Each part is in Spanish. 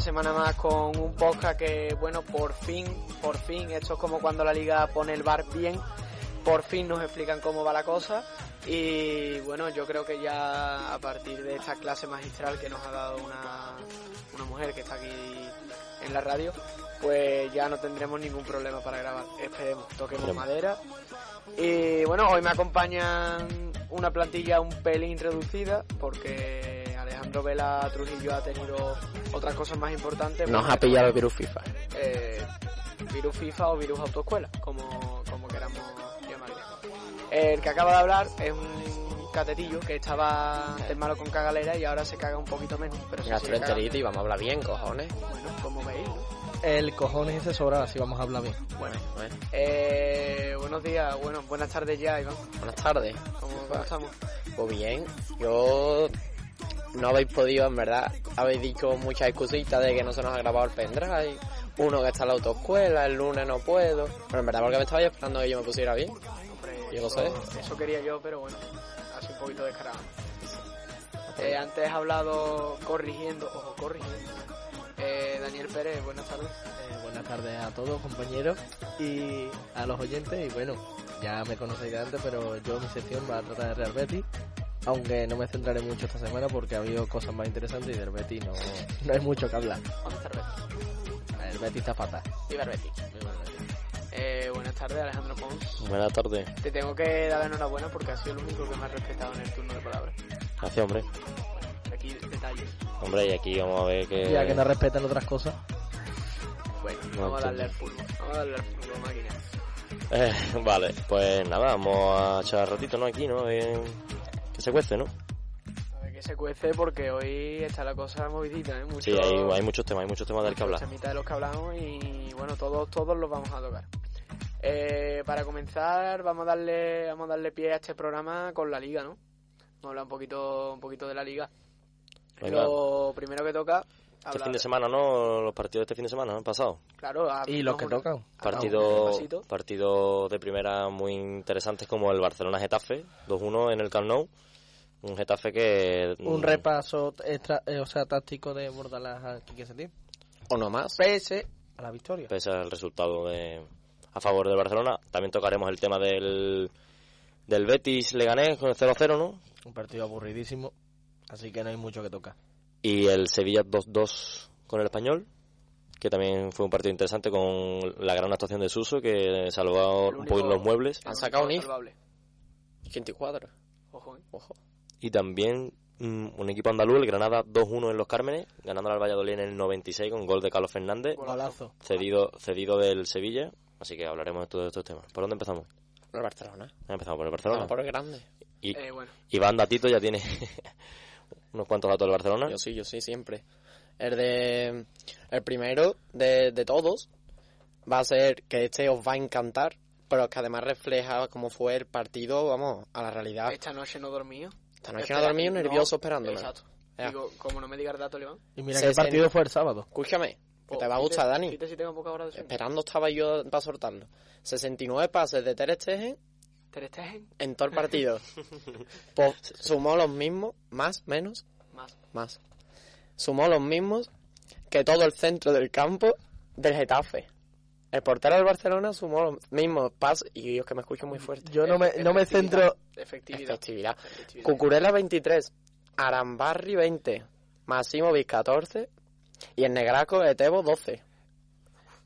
semana más con un podcast que, bueno, por fin, por fin, esto es como cuando la liga pone el bar bien, por fin nos explican cómo va la cosa y bueno, yo creo que ya a partir de esta clase magistral que nos ha dado una, una mujer que está aquí en la radio, pues ya no tendremos ningún problema para grabar, esperemos, toquemos Esperemos. madera. Y bueno, hoy me acompañan una plantilla un pelín reducida porque Alejandro Vela Trujillo ha tenido otras cosas más importantes. Nos ha Bueno, pillado el virus FIFA. eh, virus FIFA o virus autoescuela, como, como queramos llamarlo. El que acaba de hablar es un catetillo que estaba antes malo con cagalera y ahora se caga un poquito menos. Pero se sigue Gastroenteritis y vamos a hablar bien, cojones. cagando. Bueno, como veis, ¿no? El cojones ese sobra, así vamos a hablar bien. Bueno, Bueno, eh, buenos días, bueno, buenas tardes ya, Iván. buenas tardes. ¿Cómo, cómo estamos? Pues bien, yo no habéis podido, en verdad, habéis dicho muchas excusitas de que no se nos ha grabado el pendrive, uno que está en la autoescuela, el lunes no puedo, pero en verdad porque me estaba esperando que yo me pusiera bien. Hombre, Yo lo eso, sé. eso quería yo, pero bueno, hace un poquito descarado. Eh, antes he hablado corrigiendo, ojo, corrigiendo. Eh, Daniel Pérez, buenas tardes. Eh, buenas tardes a todos, compañeros y a los oyentes. Y bueno, ya me conocéis de antes, pero yo mi sección va a tratar de Real Betis. Aunque no me centraré mucho esta semana porque ha habido cosas más interesantes y del Betis no, no hay mucho que hablar. Buenas tardes. El Betis está fatal. Viva el Betis. Eh, buenas tardes, Alejandro Pons. Buenas tardes. Te tengo que dar la enhorabuena porque has sido el único que me ha respetado en el turno de palabras. Gracias, hombre. Aquí detalles. Hombre, y aquí vamos a ver que... Ya que no respetan otras cosas. Bueno, No, vamos a darle al tú- fútbol. Vamos a darle al fútbol, máquina. Eh, vale, pues nada, vamos a echar ratito, ¿no? Aquí, ¿no? Eh, que se cuece, ¿no? A ver que se cuece porque hoy está la cosa movidita, ¿eh? Mucho, Sí, hay, hay muchos temas, hay muchos temas del que muchos hablar. temitas de los que hablamos y bueno, todos, todos los vamos a tocar. Eh, para comenzar, vamos a darle, vamos a darle pie a este programa con la liga, ¿no? Vamos a hablar un poquito, un poquito de la liga. Venga, Lo primero que Ah, toca, este hablar- fin de semana, ¿no? Los partidos de este fin de semana, ¿no? Han pasado. claro, Y los que hablamos- tocan. un Partido, repasito. partido de primera muy interesantes como el Barcelona-Getafe, 2-1 en el Camp Nou. Un Getafe que... Un mm, repaso extra, eh, o sea, táctico de Bordalás a Quique Setién. Uno más. Pese a la victoria. pese al resultado de, a favor del Barcelona. También tocaremos el tema del, del Betis Leganés con el 0-0, ¿no? Un partido aburridísimo, así que no hay mucho que tocar. Y el Sevilla 2-2 con el Español, que también fue un partido interesante con la gran actuación de Suso, que salvó El un único- poquito los muebles. el Han sacado único un if. salvable. 54. Ojo, ¿eh? Ojo. Y también mm, un equipo andaluz, el Granada 2-1 en los Cármenes, ganando al Valladolid en el 96 con gol de Carlos Fernández, Golazo. cedido, cedido del Sevilla. Así que hablaremos de todos estos temas. ¿Por dónde empezamos? El Barcelona. Empezamos por el Barcelona. Vamos por el grande. Y, Eh, bueno, Iván Datito ya tiene unos cuantos datos del Barcelona. Yo sí, yo sí, siempre. El de. El primero de, de todos va a ser que este os va a encantar, pero que además refleja cómo fue el partido, vamos, a la realidad. esta noche no he dormido. Esta noche Ah. no he dormido Eh, Espera, nervioso esperándome. Exacto. Ya. Digo, como no me digas el dato, León. Y mira Se- que el partido fue el sábado. Escúchame, que Oh, te va a gustar, Dani. Fíjate si tengo poca hora de sueño. Esperando estaba yo para soltarlo. 69 pases de Ter Stegen Ter Stegen, en todo el partido. pues sumó los mismos, más, menos, más. más. Sumó los mismos que todo el centro del campo del Getafe. El portero del Barcelona sumó los mismos pases. Y Dios, que me escucho muy fuerte. Yo no me, no me Efectividad, centro. Efectividad. Efectividad. efectividad. Cucurella 23, Arambarri 20, Masimovic 14 y el Negraco Etebo 12.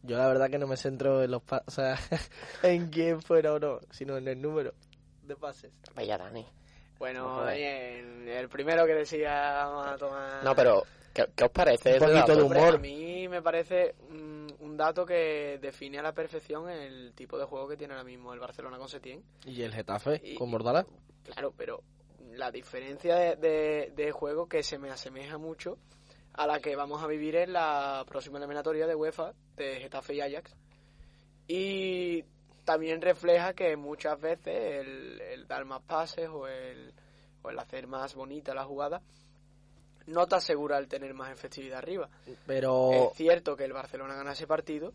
Yo la verdad que no me centro en los pa- o sea, en quién fuera o no, sino en el número de pases. Vaya Dani. Bueno, Ojo, eh. Daniel, el primero que decía vamos a tomar... No, pero, ¿qué, qué os parece? Un ese poquito dato? de Hombre, humor. A mí me parece mm, un dato que define a la perfección el tipo de juego que tiene ahora mismo el Barcelona con Setién. Y el Getafe Y- con Bordalás. Claro, pero la diferencia de, de- de juego que se me asemeja mucho a la que vamos a vivir en la próxima eliminatoria de UEFA de Getafe y Ajax. Y también refleja que muchas veces el, el dar más pases o el, o el hacer más bonita la jugada no te asegura el tener más efectividad arriba. Pero Es cierto que el Barcelona gana ese partido,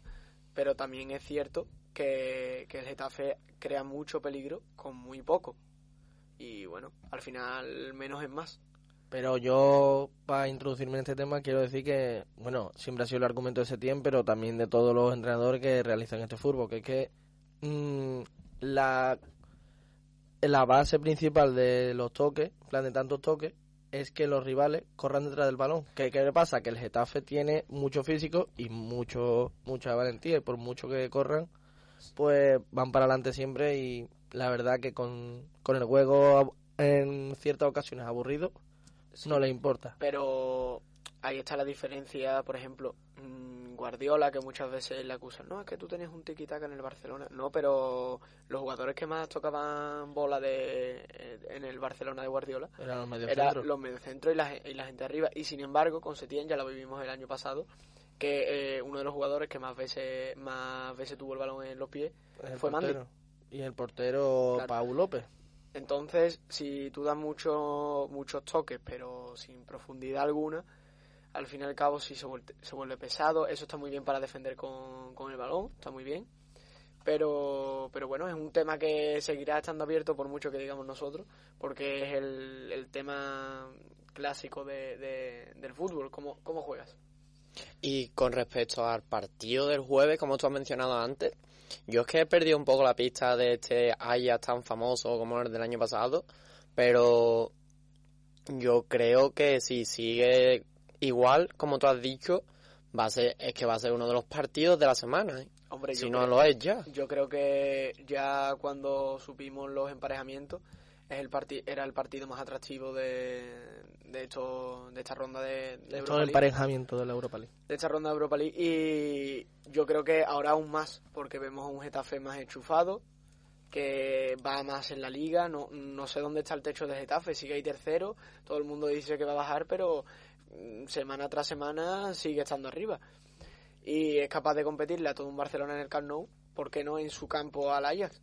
pero también es cierto que, que el Getafe crea mucho peligro con muy poco. Y bueno, al final menos es más. Pero yo, para introducirme en este tema, quiero decir que, bueno, siempre ha sido el argumento de Setién, pero también de todos los entrenadores que realizan este fútbol, que es que mm, la, la base principal de los toques, en plan de tantos toques, es que los rivales corran detrás del balón. ¿Qué, qué le pasa? Que el Getafe tiene mucho físico y mucho mucha valentía, y por mucho que corran, pues van para adelante siempre y la verdad que con, con el juego ab- en ciertas ocasiones aburrido, no le importa. Pero ahí está la diferencia, por ejemplo, mm, Guardiola, que muchas veces le acusan, no, es que tú tenías un tiquitaca en el Barcelona. No, pero los jugadores que más tocaban bola de, en el Barcelona de Guardiola Eran era los mediocentros. los mediocentros y la, ge- y la gente arriba. Y sin embargo, con Setién ya lo vivimos el año pasado, que eh, uno de los jugadores que más veces más veces tuvo el balón en los pies El fue Mandy. portero. Y el portero Claro. Pau López. Entonces, si tú das mucho- muchos toques, pero sin profundidad alguna, al fin y al cabo sí se vuelve, se vuelve pesado. Eso está muy bien para defender con, con el balón, está muy bien. Pero, pero bueno, es un tema que seguirá estando abierto por mucho que digamos nosotros, porque es el, el tema clásico de, de- del fútbol, cómo, cómo juegas. Y con respecto al partido del jueves, como tú has mencionado antes, yo es que he perdido un poco la pista de este Ajax tan famoso como el del año pasado, pero yo creo que si sigue igual, como tú has dicho, va a ser, es que va a ser uno de los partidos de la semana, ¿eh? Hombre, yo si no creo- lo es ya. Yo creo que ya cuando supimos los emparejamientos es el parti- era el partido más atractivo de, de, esto- de esta ronda de, de Todo Europa el League, emparejamiento de la Europa League. de esta ronda de Europa League y yo creo que ahora aún más porque vemos a un Getafe más enchufado que va más en la liga no, no sé dónde está el techo de Getafe sigue ahí tercero todo el mundo dice que va a bajar pero mm, semana tras semana sigue estando arriba y es capaz de competirle a todo un Barcelona en el Camp Nou, ¿por qué no en su campo al Ajax?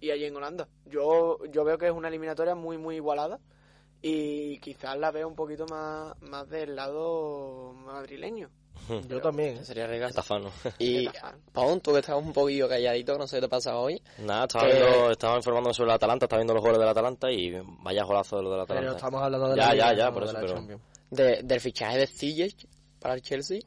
Y allí en Holanda. Yo, yo veo que es una eliminatoria muy, muy igualada y quizás la veo un poquito más, más del lado madrileño. Mm. Yo también. ¿eh? Sería regalo. Estafano. Y, Getafe. Pon, tú que estabas un poquillo calladito, no sé qué te pasa hoy. Nada, estaba, Eh, viendo, estaba informándome sobre el Atalanta, estaba viendo los goles del Atalanta y vaya golazo de lo del Pero Atalanta. estamos hablando de Ya, la ya, Liga, ya, no por de eso, la pero- Champions. de- del fichaje de Ziyech para el Chelsea.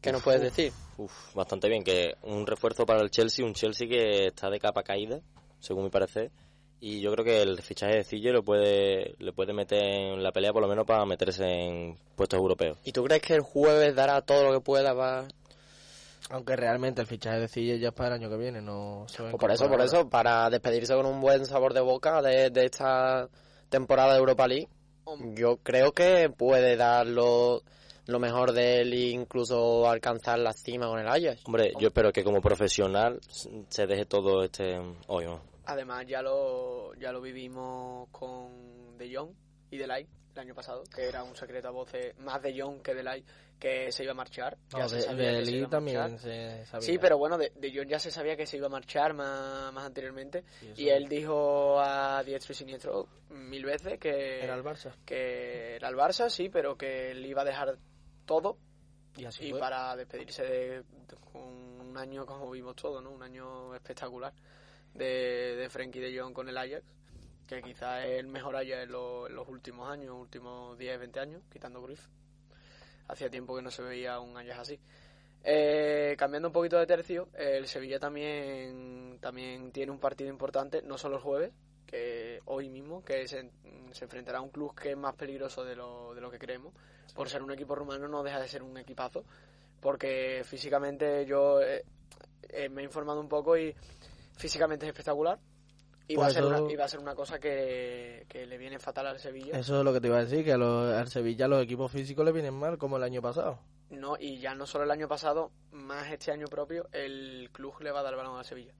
¿Qué nos puedes decir? Uf, bastante bien, que un refuerzo para el Chelsea, un Chelsea que está de capa caída, según mi parecer, y yo creo que el fichaje de Cille lo puede, le puede meter en la pelea por lo menos para meterse en puestos europeos. ¿Y tú crees que el jueves dará todo lo que pueda para... Aunque realmente el fichaje de Cille ya es para el año que viene, no se va a Pues por eso, por incorporar ahora. eso, para despedirse con un buen sabor de boca de, de esta temporada de Europa League, Hombre, yo creo que puede dar lo, lo mejor de él e incluso alcanzar la cima con el Ajax. Hombre, yo espero que como profesional se se deje todo este hoy. ¿no? Además, ya lo, ya lo vivimos con De Jong y De Ligt el año pasado, que era un secreto a voces más De Jong que De Ligt, que se iba a marchar. No, ya se de, sabía de que se Lee iba a marchar. también se sabía. Sí, pero bueno, de, de Jong ya se sabía que se iba a marchar más, más anteriormente. eso Y él dijo a diestro y siniestro mil veces que Era el Barça. que era el Barça, sí, pero que él iba a dejar todo Y así y fue. para despedirse de, de- con un año como vimos todos, ¿no? Un año espectacular de, de Frenkie de Jong con el Ajax, que quizás es el mejor Ajax en, lo- en los últimos años, últimos 10, 20 años, quitando Cruyff. Hacía tiempo que no se veía un Ajax así. Eh, cambiando un poquito de tercio, el Sevilla también, también tiene un partido importante, no solo el jueves, que hoy mismo, que se, se enfrentará a un club que es más peligroso de lo, de lo que creemos. Por ser un equipo rumano no deja de ser un equipazo, porque físicamente yo eh, eh, me he informado un poco y físicamente es espectacular. Y, va, a Pues ser una, eso- y va a ser una cosa que, que le viene fatal al Sevilla. Eso es lo que te iba a decir, que a los, al Sevilla los equipos físicos le vienen mal, como el año pasado. No, y ya no solo el año pasado, más este año propio, el club le va a dar el balón al Sevilla.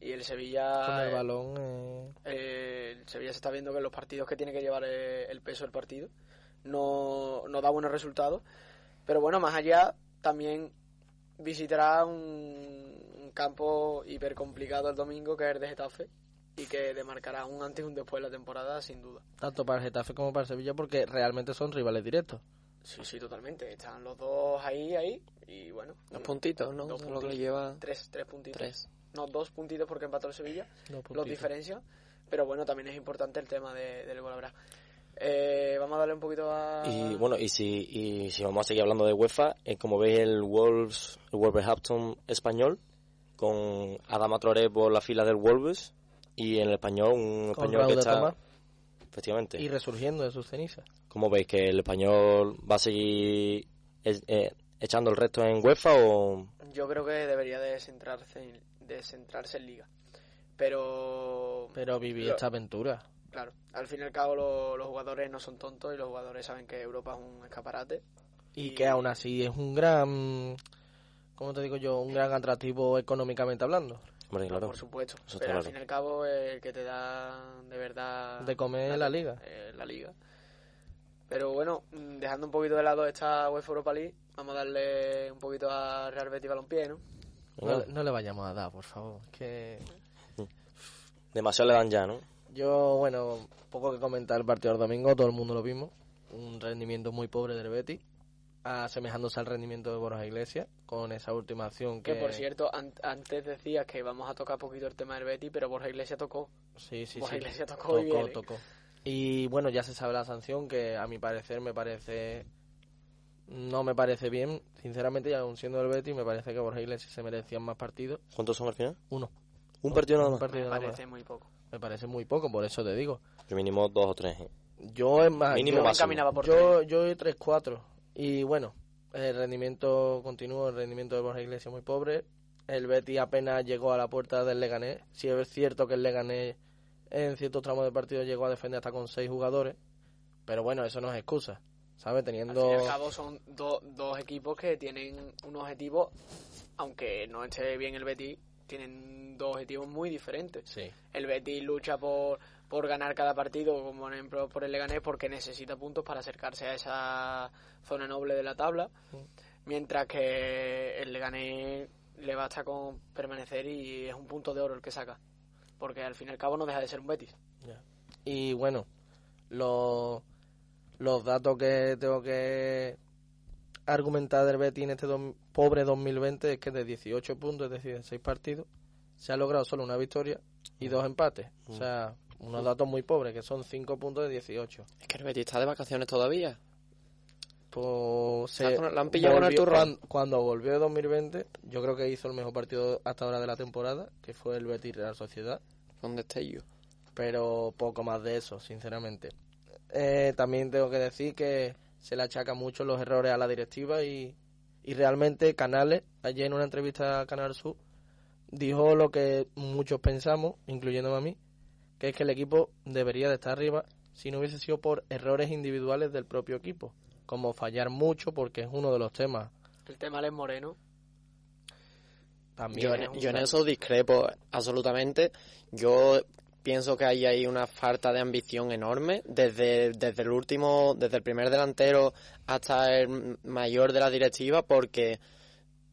Y el Sevilla. Con el balón... eh, eh, el Sevilla se está viendo que los partidos que tiene que llevar eh, el peso del partido no, no da buenos resultados. Pero bueno, más allá, también visitará un, un campo hiper complicado el domingo, que es el de Getafe, y que demarcará un antes y un después de la temporada, sin duda. tanto para el Getafe como para el Sevilla, porque realmente son rivales directos. Sí, sí, totalmente. Están los dos ahí, ahí, y bueno. Dos puntitos, ¿no? Dos Lo que puntitos. le lleva Tres, tres puntitos. tres. No, dos puntitos porque empató el Sevilla. Los los diferencia. Pero bueno, también es importante el tema de- del gol habrá. Eh, vamos a darle un poquito a... Y bueno, y si, y si vamos a seguir hablando de UEFA, eh, como veis el Wolves, el Wolverhampton español, con Adama Traoré por la fila del Wolves, y en el español, un Con español que Raúl de está... Tomás. Efectivamente. Y resurgiendo de sus cenizas. ¿Cómo veis que el español va a seguir es- eh, echando el resto en UEFA o Yo creo que debería de centrarse en, de centrarse en liga. Pero, Pero viví Lo- esta aventura. claro, al fin y al cabo lo- los jugadores no son tontos y los jugadores saben que Europa es un escaparate. Y que aún así es un gran... ¿Cómo te digo yo? Un gran atractivo económicamente hablando. hombre, claro. Por supuesto. Eso está pero al claro. fin y al cabo el que te da de verdad... De comer la liga. eh, la liga. Pero bueno, mm, dejando un poquito de lado esta UEFA Europa League, vamos a darle un poquito a Real Betis Balompié, ¿no? No, Venga, le- no le vayamos a dar, por favor. Que demasiado le dan ya, ¿no? yo, bueno, poco que comentar el partido del domingo, todo el mundo lo vimos. Un rendimiento muy pobre del Betis, asemejándose al rendimiento de Borja Iglesias, con esa última acción que... Que por cierto, an- antes decías que íbamos a tocar poquito el tema del Betis, pero Borja Iglesias tocó. Sí, sí, Borja sí. Iglesias tocó muy bien, ¿eh? tocó. Y bueno, ya se sabe la sanción que a mi parecer me parece no me parece bien, sinceramente, y aún siendo el Betis me parece que Borja Iglesias se merecían más partidos. ¿Cuántos son al final? Uno, Un partido nada un más. partido Me nada más. parece muy poco. Me parece muy poco, por eso te digo. Yo mínimo dos o tres. ¿eh? Yo es más yo- Mínimo Yo me máximo. encaminaba por tres. Yo, yo 3-4. Y bueno, el rendimiento continuo, el rendimiento de Borja Iglesias muy pobre. El Betty apenas llegó a la puerta del Leganés. Si es cierto que el Leganés en ciertos tramos de partido llegó a defender hasta con seis jugadores. Pero bueno, eso no es excusa. ¿Sabes? Al Teniendo. fin y al cabo son do- dos equipos que tienen un objetivo, aunque no esté bien el Betis, tienen dos objetivos muy diferentes. Sí. El Betis lucha por, por ganar cada partido, como por ejemplo por el Leganés, porque necesita puntos para acercarse a esa zona noble de la tabla. Mientras que el Leganés le basta con permanecer y es un punto de oro el que saca. Porque al fin y al cabo no deja de ser un Betis. Y bueno, lo- los datos que tengo que argumentar del Betis en este dos- pobre 2020 es que de 18 puntos, es decir, de 6 partidos, se ha logrado solo una victoria Mm. y dos empates. O sea, unos datos muy pobres, que son 5 puntos de 18. Es que el Betis está de vacaciones todavía. Pues La se han- la han pillado con el turrón. cuan- Cuando volvió de 2020, yo creo que hizo el mejor partido hasta ahora de la temporada, que fue el Betis Real Sociedad. ¿Dónde estoy yo? pero poco más de eso, sinceramente. Eh, también tengo que decir que se le achaca mucho los errores a la directiva y, y realmente Canales, ayer en una entrevista a Canal Sur, dijo lo que muchos pensamos, incluyéndome a mí, que es que el equipo debería de estar arriba si no hubiese sido por errores individuales del propio equipo, como fallar mucho porque es uno de los temas. El tema es Moreno. También Yo, es en, un yo en tema. eso discrepo absolutamente. Yo pienso que hay ahí una falta de ambición enorme. Desde, desde el último, desde el primer delantero hasta el mayor de la directiva, porque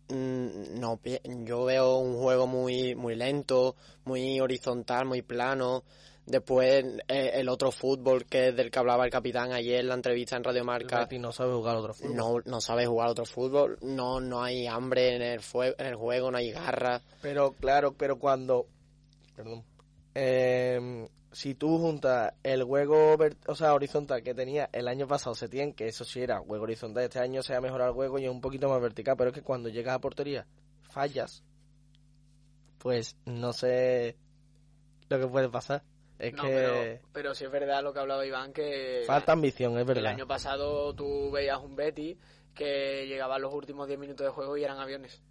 mm, no pi- yo veo un juego muy, muy lento, muy horizontal, muy plano. Después eh, el otro fútbol que del que hablaba el capitán ayer en la entrevista en Radio El Marca Betis no sabe jugar otro fútbol. no, no sabe jugar otro fútbol, no, no hay hambre en el, fue- en el juego, no hay garra. Pero claro, pero cuando. Perdón. Eh, si tú juntas el juego ver- o sea, horizontal que tenía el año pasado Setién, que eso sí era juego horizontal, este año se ha mejorado el juego y es un poquito más vertical, pero es que cuando llegas a portería fallas, pues no sé lo que puede pasar. Es No, que pero, pero sí es verdad lo que hablaba Iván, que falta ambición, es el verdad. año pasado tú veías un Betis que llegaba a los últimos 10 minutos de juego y eran aviones.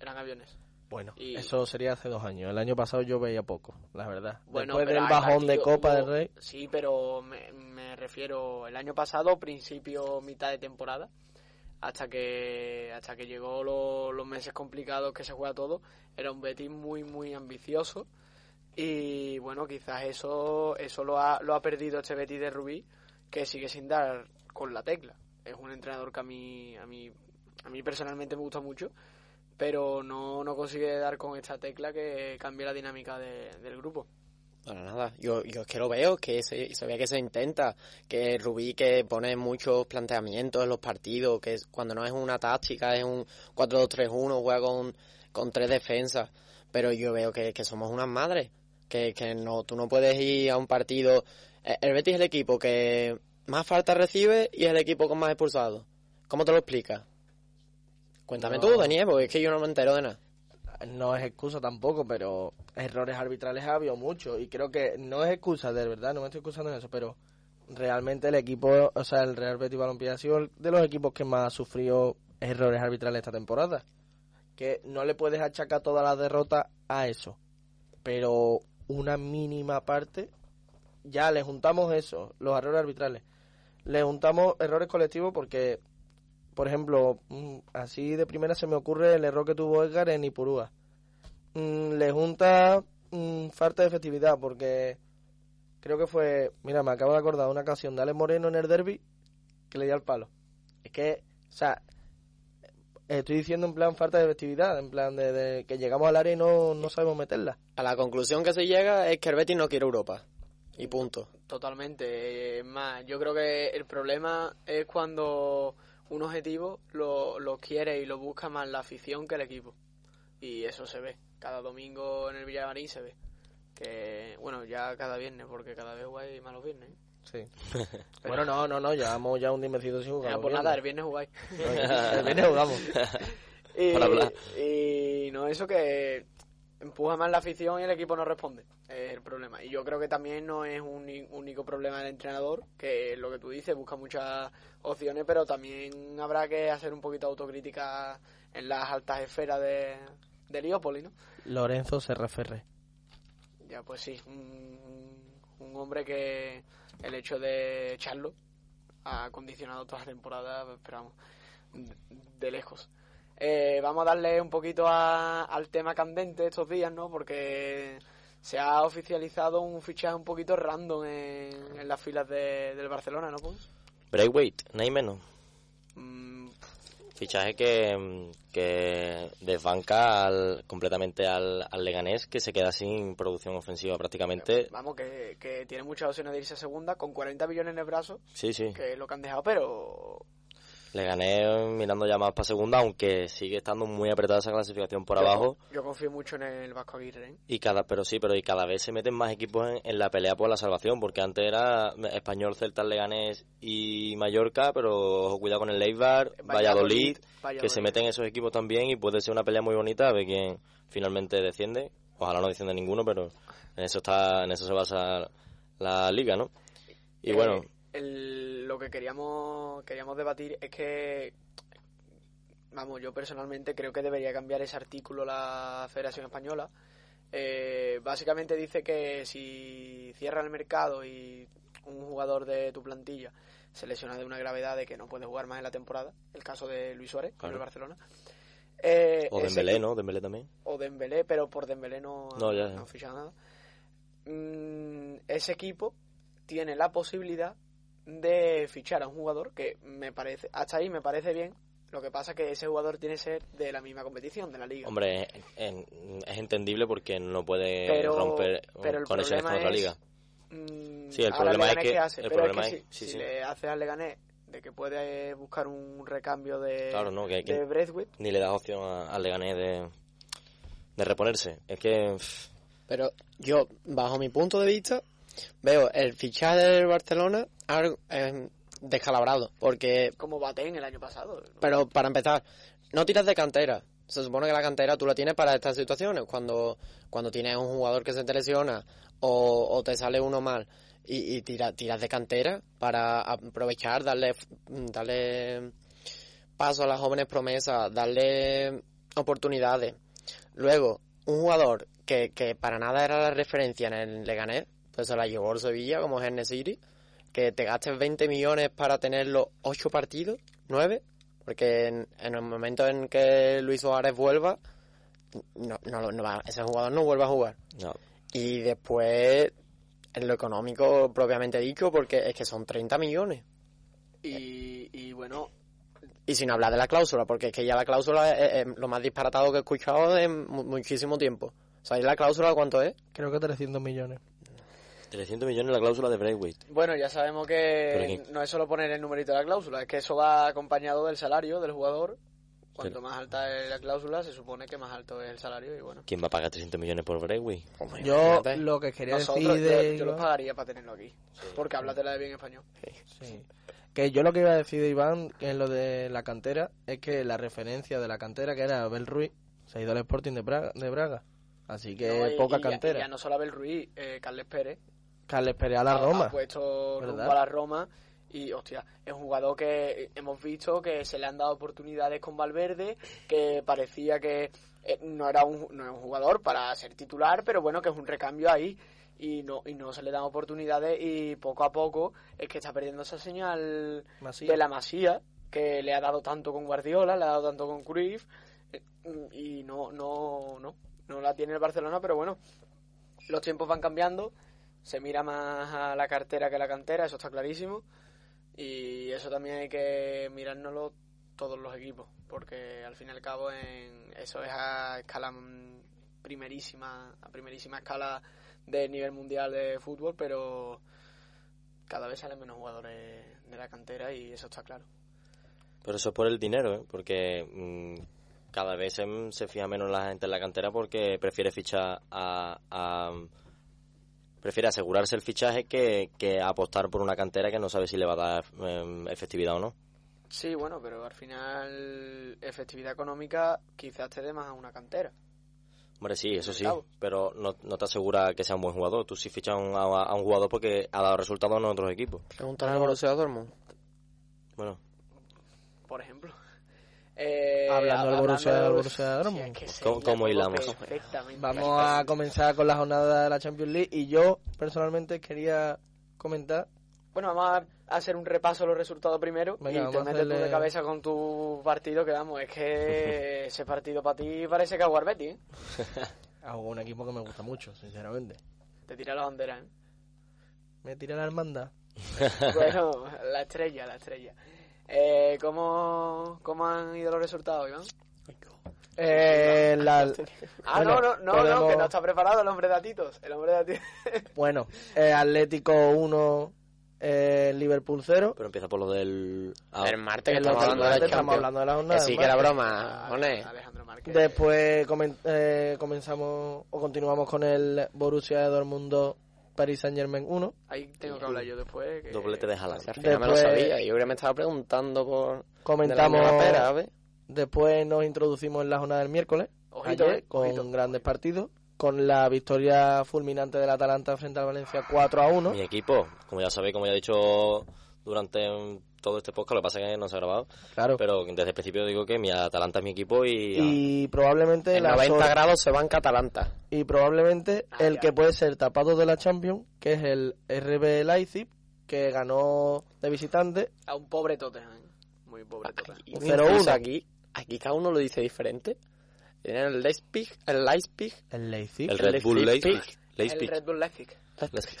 Eran aviones. Bueno, y- eso sería hace dos años. El año pasado yo veía poco, la verdad. Bueno, Después pero del hay bajón de partido- Copa hubo- del Rey, Sí, pero me, me refiero el año pasado, principio, mitad de temporada, hasta que hasta que llegó lo- los meses complicados que se juega todo, era un Betis muy muy ambicioso y bueno, quizás eso eso lo ha, lo ha perdido este Betis de Rubí, que sigue sin dar con la tecla. Es un entrenador que a mí a mí a mí personalmente me gusta mucho, pero no, no consigue dar con esta tecla que cambie la dinámica de- del grupo. Para nada, yo, yo es que lo veo, que se, se ve que se intenta, que Rubí que pone muchos planteamientos en los partidos, que es- cuando no es una táctica, es un 4-2-3-1, juega con, con tres defensas, pero yo veo que, que somos unas madres, que, que no, tú no puedes ir a un partido... eh, El Betis es el equipo que más faltas recibe y es el equipo con más expulsados. ¿Cómo te lo explicas? Cuéntame No. tú, Daniel, porque es que yo no me entero de nada. no es excusa tampoco, pero errores arbitrales ha habido mucho y creo que no es excusa, de verdad, no me estoy excusando en eso, pero realmente el equipo, o sea, el Real Betis Balompié ha sido el- de los equipos que más ha sufrido errores arbitrales esta temporada. Que no le puedes achacar toda la derrota a eso, pero una mínima parte, ya le juntamos eso, los errores arbitrales. Le juntamos errores colectivos porque, por ejemplo, mm, así de primera se me ocurre el error que tuvo Edgar en Ipurúa mm, le junta mm, falta de efectividad porque creo que fue, mira, me acabo de acordar una ocasión de Alex Moreno en el derby que le dio al palo. Es que, o sea, estoy diciendo en plan falta de efectividad, en plan de, de que llegamos al área y no, no sabemos meterla. A la conclusión que se llega es que el Betis no quiere Europa. Y punto. Totalmente. eh, Es más, yo creo que el problema es cuando un objetivo lo, lo quiere y lo busca más la afición que el equipo. Y eso se ve. Cada domingo en el Villamarín se ve. Que, bueno, ya cada viernes, porque cada vez jugáis malos viernes. ¿eh? Sí. bueno, no, no, no, llevamos ya un dimecido sin jugar. Ah, pues nada, el viernes jugáis. El viernes jugamos. Y, Para hablar. Eh, y no, eso que empuja más la afición y el equipo no responde. Es el problema. Y yo creo que también no es un uni- único problema del entrenador, que lo que tú dices, busca muchas opciones, pero también habrá que hacer un poquito de autocrítica en las altas esferas de, de Heliópolis, ¿no? Lorenzo Serraferre. Ya, pues sí, un, un hombre que el hecho de echarlo ha condicionado toda la temporada, esperamos, de, de lejos. Eh, vamos a darle un poquito a- al tema candente estos días, ¿no? Porque se ha oficializado un fichaje un poquito random en, en las filas de- del Barcelona, ¿no, Pons? Braithwaite, nada y menos. Mm, Fichaje que, mm, que desbanca al- completamente al, al Leganés, que se queda sin producción ofensiva prácticamente. vamos, que, que tiene muchas opciones de irse a segunda, con 40 millones en el brazo, Sí, sí. que es lo que han dejado, pero Leganés mirando ya más para segunda, aunque sigue estando muy apretada esa clasificación por yo- abajo. yo confío mucho en el Vasco Aguirre, ¿eh? Y cada, pero sí, pero y cada vez se meten más equipos en, en la pelea por la salvación, porque antes era Español, Celta, Leganés y Mallorca, pero ojo, cuidado con el Leibar, Valladolid, que se Eh, Valladolid. meten esos equipos también y puede ser una pelea muy bonita a ver quién finalmente desciende. Ojalá no descienda ninguno, pero en eso está, en eso se basa la liga, ¿no? Y Eh, bueno, el- lo que queríamos, queríamos debatir es que, vamos, yo personalmente creo que debería cambiar ese artículo la Federación Española. Eh, básicamente dice que si cierra el mercado y un jugador de tu plantilla se lesiona de una gravedad de que no puede jugar más en la temporada, el caso de Luis Suárez con Claro. el Barcelona. eh, o ese Dembélé, ¿no? Dembélé también. o Dembélé, pero por Dembélé no, han- No, ya, ya. no han fichado nada. Mm, ese equipo tiene la posibilidad de fichar a un jugador que me parece, hasta ahí me parece bien. Lo que pasa que ese jugador tiene que ser de la misma competición, de la liga. Hombre, es, es- es entendible porque no puede Pero- romper pero el conexiones con problema otra es- liga. Mm, Sí, el ahora problema es Leganés, que- ¿qué hace? el Pero problema que es- si, sí, si sí. le hace al Leganés de que puede buscar un recambio de, Claro, no, que- que- de Braithwaite, Ni le das opción a- al Leganés de, de reponerse. Es que pff, Pero yo, bajo mi punto de vista, veo el fichaje del Barcelona algo, eh, descalabrado. Porque, como Batén el año pasado. ¿no? pero para empezar, no tiras de cantera. Se supone que la cantera tú la tienes para estas situaciones. Cuando, cuando tienes un jugador que se te lesiona o, o te sale uno mal y, y tira- tiras de cantera para aprovechar, darle, mm, darle paso a las jóvenes promesas, darle oportunidades. Luego, un jugador que, que para nada era la referencia en el Leganés, pues se la llevó al Sevilla como es City, que te gastes 20 millones para tenerlo 8 partidos, 9, porque en, en el momento en que Luis Suárez vuelva, no, no, lo- no va- ese jugador no vuelve a jugar. no, Y después, en lo económico propiamente dicho, porque es que son 30 millones. Y, y bueno, Y sin hablar de la cláusula, porque es que ya la cláusula es, es lo más disparatado que he escuchado en mu- muchísimo tiempo. ¿Sabéis la cláusula cuánto es? Creo que 300 millones. 300 millones la cláusula de Braithwaite. Bueno, ya sabemos Pero que que- no es solo poner el numerito de la cláusula, es que eso va acompañado del salario del jugador, Cuanto más alta es la cláusula, se supone que más alto es el salario y bueno. ¿Quién va a pagar 300 millones por Brewi? Hombre, Yo imagínate. lo que quería Nosotros, decir de yo, yo lo Iván- pagaría para tenerlo aquí. Porque háblatela de bien español. sí. que yo lo que iba a decir de Iván que es lo de la cantera es que la referencia de la cantera que era Abel Ruiz se ha ido al Sporting de Braga, de Braga. así que No, y- poca y ya- cantera y Ya, no Ah, solo Abel Ruiz, eh, Carles Pérez. Carles Pérez a la ha- Roma Ha puesto ¿Verdad? rumbo a la Roma. Y, hostia, es un jugador que hemos visto que se le han dado oportunidades con Valverde, que parecía que eh, no era un, no es un jugador para ser titular, pero bueno, que es un recambio ahí y no, y no se le dan oportunidades y poco a poco es que está perdiendo esa señal Masía. de la Masía, que le ha dado tanto con Guardiola, le ha dado tanto con Cruyff, eh, y no, no, no, no la tiene el Barcelona, pero bueno, los tiempos van cambiando, se mira más a la cartera que a la cantera, eso está clarísimo, y eso también hay que mirárnoslo todos los equipos, porque al fin y al cabo en, eso es a escala mm, primerísima, a primerísima escala de nivel mundial de fútbol, pero cada vez salen menos jugadores de la cantera y eso está claro. Pero eso es por el dinero, ¿eh? porque mm, cada vez se, se fija menos la gente en la cantera porque prefiere fichar a... a- prefiere asegurarse el fichaje que, que apostar por una cantera que no sabe si le va a dar em, efectividad o no. Sí, bueno, pero al final efectividad económica quizás te dé más a una cantera. Hombre, sí, eso sí, Cabo. pero no, no te asegura que sea un buen jugador. Tú sí fichas a un- a, a un jugador porque ha dado resultados en otros equipos. Pregúntale al Borussia Dortmund. Bueno, por ejemplo. Eh, Hablando del Borussia- del del Borussia Borussia Dortmund. Sí, es que se ¿Cómo- la cómo juego hilamos? perfectamente. Vamos a comenzar con la jornada de la Champions League y yo personalmente quería comentar Bueno, vamos a hacer un repaso de los resultados primero Venga, y vamos te a metes tú hacerle- de cabeza con tu partido que vamos, es que ese partido para ti parece que aguar Betty, ¿eh? a un equipo que me gusta mucho, sinceramente. Te tira la bandera, ¿eh? Me tira la hermandad. Bueno, la estrella, la estrella. Eh, ¿cómo, ¿Cómo han ido los resultados, Iván? Eh, la- Ah, no, Bueno, no, no, no, podemos- que no está preparado el hombre de atitos. El hombre de atitos. Bueno, eh, Atlético 1, eh, Liverpool 0. pero empieza por lo del... ah, El martes que Es lo estamos que hablando de la estamos Champions. hablando de la jornada, Que sí, el que era martes. Ah, broma, pone. Eh, Alejandro Márquez. Después comen- eh, comenzamos o continuamos con el Borussia de Dortmund 2, Paris Saint Germain 1. Ahí tengo que hablar yo después. que- doblete de Haaland. Al final me lo Después- sabía. Yo creo que me estaba preguntando por... Comentamos- de la misma pera, ¿ves? Después nos introducimos en la jornada del miércoles, Ojito, ayer, eh, con ojito. grandes partidos, con la victoria fulminante del Atalanta frente al Valencia 4 a 1. Mi equipo, como ya sabéis, como ya he dicho durante mm, todo este podcast, lo que pasa es que no se ha grabado, Claro. pero desde el principio digo que mi Atalanta es mi equipo y... y probablemente En la 90 sor- grados se van Catalanta. y probablemente Ah, el ya. que puede ser tapado de la Champions, que es el RB Leipzig, que ganó de visitante A un pobre Tottenham. Muy pobre Tottenham. Y Pero incluso uno. Pues Aquí, aquí cada uno lo dice diferente. Tienen el Leipzig, el Leipzig, el Leipzig. El el Red Bull Leipzig. Leipzig. Leipzig. El Red Bull Leipzig. Leipzig.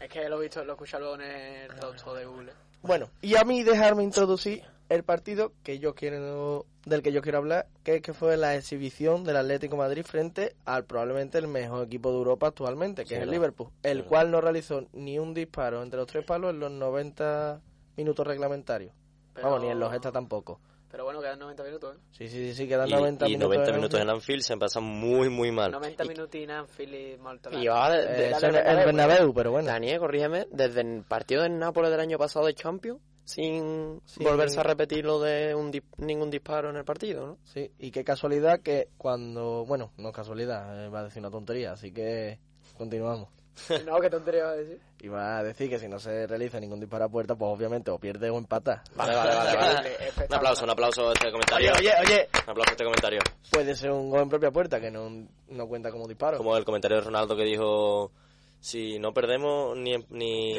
Es que lo he visto, lo he escuchado luego en el doctor de Google. Bueno, y a mí dejarme introducir el partido que yo quiero del que yo quiero hablar, que es que fue la exhibición del Atlético de Madrid frente al probablemente el mejor equipo de Europa actualmente, que Sí, es el ¿no? Liverpool, el Sí. cual no realizó ni un disparo entre los tres palos en los 90 minutos reglamentarios. Pero- Vamos, ni en los extra tampoco. Pero bueno, quedan 90 minutos, ¿eh? Sí, sí, sí, sí quedan Y- 90 y, minutos. 90 en minutos en Anfield se pasan muy, muy mal. 90 minutos y Anfield y Maltolán. Y va de- Eh, de- la eso en del el Bernabéu, pues. Bernabéu, pero bueno. Daniel, corrígeme, desde el partido del Nápoles del año pasado de Champions, sin Sí. volverse a repetir lo de un dis- ningún disparo en el partido, ¿no? Sí, y qué casualidad que cuando... Bueno, no es casualidad, eh, va a decir una tontería, así que continuamos. No, qué tontería iba a decir. Iba a decir que si no se realiza ningún disparo a puerta, pues obviamente o pierde o empata. Vale, vale, vale. vale. Espectacular. un aplauso, un aplauso a este comentario. Oye, oye, oye. Un aplauso a este comentario. Puede ser un gol en propia puerta que no, no cuenta como disparo. Como el comentario de Ronaldo que dijo... Si no perdemos, ni... ni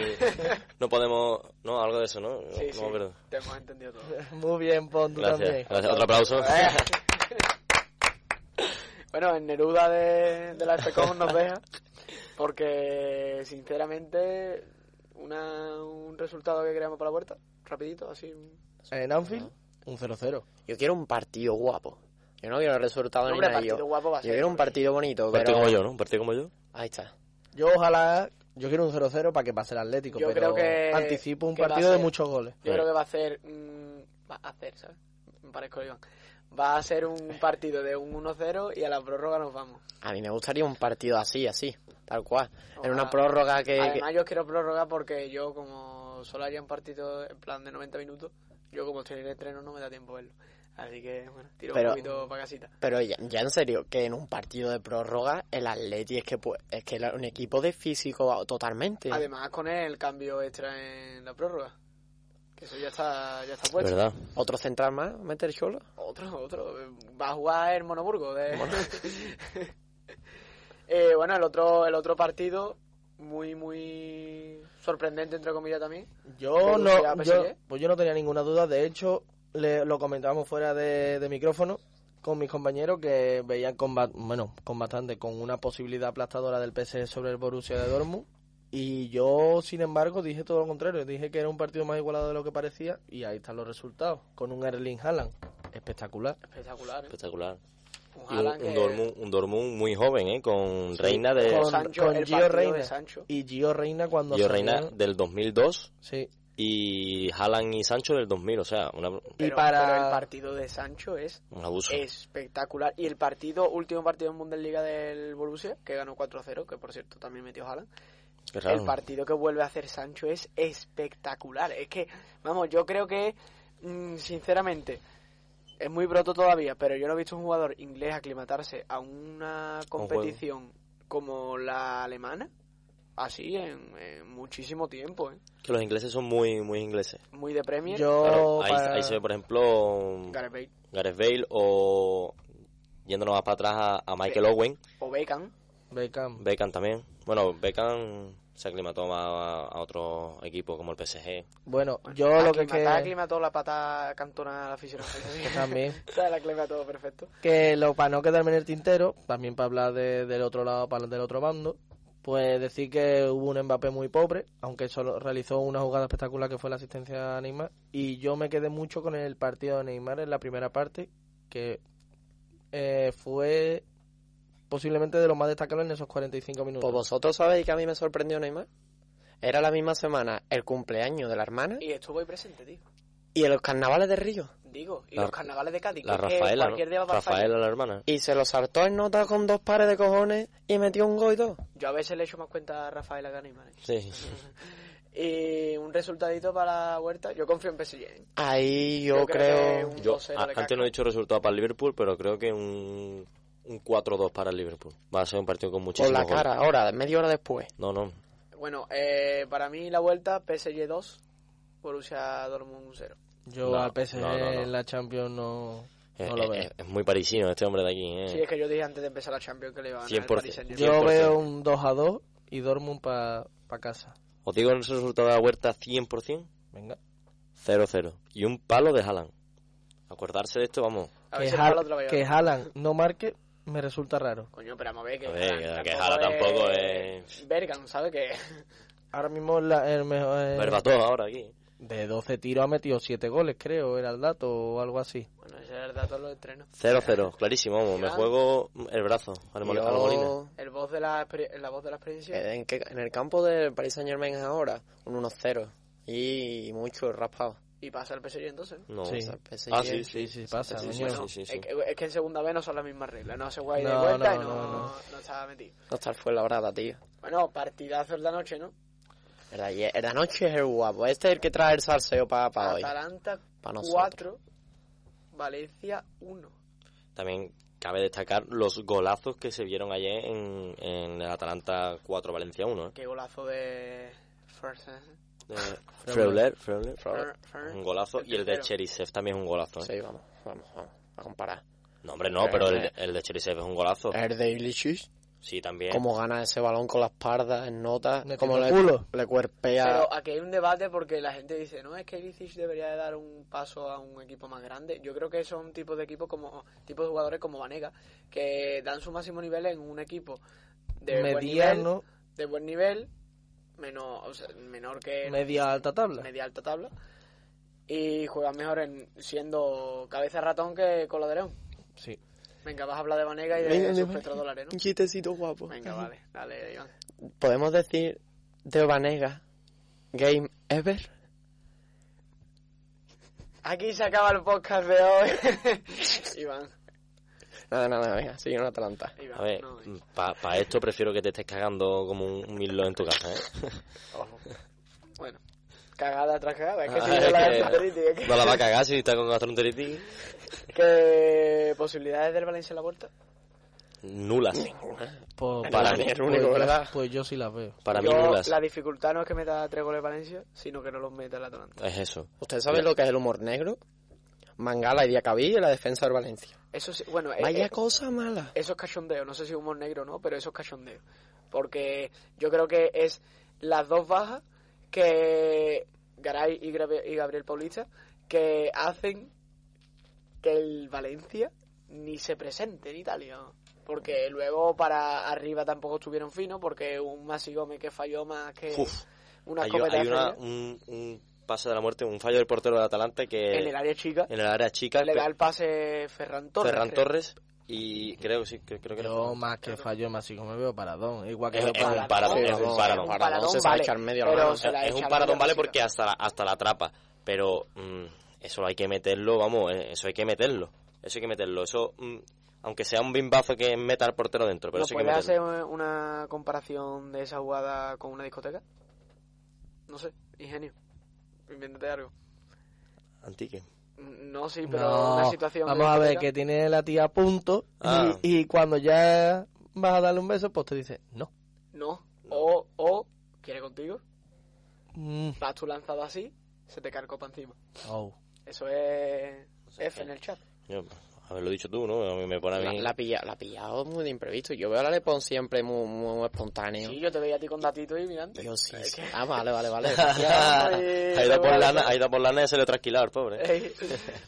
no podemos... No, algo de eso, ¿no? Sí, no sí. me acuerdo. Te hemos entendido todo. Muy bien, Pon, tú también. Eh. Gracias. Gracias. Otro aplauso. Bueno, en Neruda de, de la FCOM nos deja, porque sinceramente una, un resultado que creamos para la puerta, rapidito, así. En Anfield, un 0-0. Yo quiero un partido guapo. Yo no quiero resultados ni Hombre, nada. partido Yo, guapo va a yo ser. quiero un partido bonito, Un partido pero... como Pues yo, ¿no? Un partido como yo. Ahí está. Yo ojalá... Yo quiero un 0-0 para que pase el Atlético, Yo pero creo que- anticipo un que va a partido de ser. muchos goles. Yo creo que va a hacer. mm, va a hacer, ¿sabes? Me parezco a Iván. Va a ser un partido de un 1-0 y a la prórroga nos vamos. A mí me gustaría un partido así, así, tal cual. En Ojalá. una prórroga que... Además, yo quiero prórroga porque yo, como solo haría un partido en plan de 90 minutos, yo como estoy en el estreno no me da tiempo verlo. Así que, bueno, tiro Pero- un poquito para casita. Pero ya, ya en serio, que en un partido de prórroga el Atleti es que pu- es que era un equipo de físico totalmente. Además, con el cambio extra en la prórroga. Que eso ya está, ya está puesto. ¿Verdad? Otro central más, meter solo. Otro, otro. Va a jugar el Monoburgo. De... Eh, bueno, el otro, el otro partido, muy, muy sorprendente, entre comillas, también. Yo Lucía no, yo, PSG. pues yo no tenía ninguna duda. De hecho, le- lo comentábamos fuera de, de micrófono con mis compañeros que veían con, ba- bueno, con bastante, con una posibilidad aplastadora del PSG sobre el Borussia de Dortmund. Y yo, sin embargo, dije todo lo contrario. Dije que era un partido más igualado de lo que parecía y ahí están los resultados. Con un Erling Haaland espectacular. Espectacular, ¿eh? Espectacular. Un Y Pues, un, Haaland un, que- Dortmund, un Dortmund muy joven, ¿eh? Con Reina de... con con- Sancho, con el Gio partido de Reina. Sancho. Y Gio Reina cuando Yo salió- Reina del 2002 Sí. y Haaland y Sancho del 2000, o sea, una- Pero, y para... pero el partido de Sancho es un abuso. espectacular. Y el partido, último partido en Bundesliga del Borussia, que ganó 4-0, que por cierto también metió Haaland. Qué raro. El partido que vuelve a hacer Sancho es espectacular. Es que, vamos, yo creo que, mm, sinceramente, es muy broto todavía, pero yo no he visto un jugador inglés aclimatarse a una juego. competición como la alemana así en, en muchísimo tiempo, ¿eh? Que los ingleses son muy, muy ingleses. Muy de Premier. Yo... Claro, ahí, para- ahí se ve, por ejemplo, Gareth Bale Gareth Bale o yéndonos más para atrás a, a Michael Owen, o Beckham. Beckham. Beckham también. Bueno, Beckham se aclimató más a, a otro equipo como el PSG. Bueno, Bueno, yo lo que... aclimató, que... aclimató la pata cantona al aficionado. También. O sea, la aclimató perfecto. que lo para no quedarme en el tintero, también para hablar de- del otro lado, para del otro bando, pues decir que hubo un Mbappé muy pobre, aunque solo realizó una jugada espectacular que fue la asistencia a Neymar, y yo me quedé mucho con el partido de Neymar en la primera parte, que eh, fue posiblemente de lo más destacable en esos 45 minutos. Pues vosotros sabéis que a mí me sorprendió Neymar. Era la misma semana el cumpleaños de la hermana Y estuvo ahí presente, tío. y en los carnavales de Río. Digo, y La- los carnavales de Cádiz. La que es que Rafaela, cualquier día ¿no? va a pasar. Rafaela, la hermana. Y se lo saltó en nota con dos pares de cojones y metió un gol y todo. Yo a veces le echo más cuenta a Rafaela que a Neymar. ¿eh? Sí. Y un resultadito para la Huerta. Yo confío en PSG. ¿eh? Ahí yo, Yo creo creo... que- Un Yo 2-0 a- de caca. antes no he dicho resultado para el Liverpool, pero creo que un, un 4-2 para el Liverpool. Va a ser un partido con Por muchísimos la goles. cara, ahora, media hora después. No, no. Bueno, eh, para mí la Vuelta PSG 2, Borussia Dortmund 0. yo No, al PSG no, no, no. en la Champions no, Eh, no lo eh, veo. eh, es muy parisino este hombre de aquí. eh. Sí, es que yo dije antes de empezar la Champions que le iban a ganar el 100%. Paris Saint-Germain. yo 100%. veo un 2 a 2 y Dortmund para casa. Os digo el resultado de la huerta 100%, Venga. 0-0. Y un palo de Haaland. Acordarse de esto, vamos. A que, ver si Haaland- el otro vaya. que Haaland no marque me resulta raro. Coño, pero vamos a ver que. A ver, Haaland que Haaland tampoco es- Bergan, ¿sabe qué? Ahora mismo la- el mejor eh, Verbatov ahora aquí. de 12 tiros ha metido 7 goles, creo, era el dato o algo así. Bueno, ese era el dato de los estrenos. 0-0, clarísimo, vamos. Me Ya. juego el brazo al, Mol- al Molina. Yo- El voz de la, exper- la voz de la experiencia. ¿En, qué- en el campo del Paris Saint Germain es ahora un 1-0 y mucho raspado. Y pasa el PSG entonces. ¿no? No. Sí. O sea, el PSG Ah, sí, Sí, sí. sí, pasa, Sí, sí, coño. sí, sí, sí. Es, que, es que en segunda B no son las mismas reglas. No se juega ida y No, vuelta no, y no, no, no. no estaba metido. No estar fue la brada, tío. Bueno, partidazo el de anoche, ¿no? ¿Verdad? Y el de anoche es el guapo. Este es el que trae el salseo para hoy. Atalanta Pa' nosotros. 4, Valencia 1. También cabe destacar los golazos que se vieron ayer en, en el Atalanta 4 Valencia 1. ¿eh? Qué golazo de... Fer- De Freuler, Freuler, Fer- Fer- Un golazo. Y el de tercero. Cherisev también es un golazo. ¿eh? Sí, vamos, vamos, vamos. A comparar. No, hombre, no, pero el, el de Cherisev es un golazo. Eh. El de Ilicic, Sí, también. cómo gana ese balón con la espalda, en nota, Metiendo cómo le, culo. le cuerpea. Pero aquí hay un debate porque la gente dice, no, es que Ilicic debería de dar un paso a un equipo más grande. Yo creo que son tipos de equipos como tipos de jugadores como Vanega, que dan su máximo nivel en un equipo de Mediano, buen nivel, de buen nivel menos, o sea, menor que eh, media alta tabla. media alta tabla y juegan mejor en siendo cabeza de ratón que cola de león. Sí. Venga, vas a hablar de Vanega y Venga, de de sus Vanega. petrodólares, Un ¿no? chistecito guapo. Venga, vale, dale, Iván. Podemos decir de Vanega, Game Ever. Aquí se acaba el podcast de hoy. Iván, Nada, nada, venga, sigue en Atlanta. Iván. A ver, Mm. no, eh. Iván. para esto prefiero que te estés cagando como un mirlo en tu casa, ¿eh? Bueno, cagada tras cagada. Es que Ah, si es no la que gastroenteritis, es que- No la va a cagar si está con gastroenteritis. ¿Qué posibilidades del Valencia en la puerta? Nulas. Pues, Para pues- mí es el único, pues- ¿verdad? Pues yo sí las veo. Para mí Yo, nulas. La dificultad no es que meta tres goles Valencia, sino que no los meta el Atalanta. Es eso. ¿Ustedes saben lo que es el humor negro? Mangala y Diacabí y la defensa del Valencia. Eso sí, bueno, eh, Vaya eh, cosa mala. eso es cachondeo. No sé si humor negro o no, pero eso es cachondeo. Porque yo creo que es las dos bajas que Garay y, Gra- y Gabriel Paulista que hacen que el Valencia ni se presente en Italia. Porque luego para arriba tampoco estuvieron finos, porque un Masi Gómez que falló más que Uf. una hay escopeta hay de una- feria un, un pase de la muerte, un fallo del portero de Atalante que en el área chica. eh, en el área chica, le Pe- da el pase Ferran Torres. Ferran creo. Torres, y creo que sí, creo, creo que era Yo Ferran. más que fallo, más así como me veo paradón. Igual que Es- yo es para- un paradón, Sí, es un no, paradón. Un paradón, se sabe vale, echar medio pero la mano. se la es echa un al paradón, área vale, chica. porque hasta la, hasta la atrapa. Pero mm, eso hay que meterlo, vamos, eh, eso hay que meterlo. Eso hay que meterlo. Eso, mm, aunque sea un bimbazo que meta al portero dentro, pero ¿No eso hay que puedes hacer meterlo. una comparación de esa jugada con una discoteca? No sé, ingenio. Invéntate algo. Antique. No, sí, pero No, una situación. de Vamos a ver, discoteca. que tiene la tía a punto. y- Ah. Y, cuando ya vas a darle un beso, pues te dice, no. No. O, o, quiere contigo. Mm. Vas tú lanzado así, se te cae el copa encima. Oh. Eso es. sea, F que- en el chat. Yo, haberlo dicho tú, ¿no? A mí me pone a La, mí. la, pilla- la ha pillado muy de imprevisto. Yo veo a la Lepón siempre muy, muy espontáneo. Sí, yo te veía a ti con datito y mirando. Yo sí, Ah, Es sí. que- Ah, vale, vale, vale. ha ido por lana, ha ido por lana y se le ha trasquilado el pobre. Ey,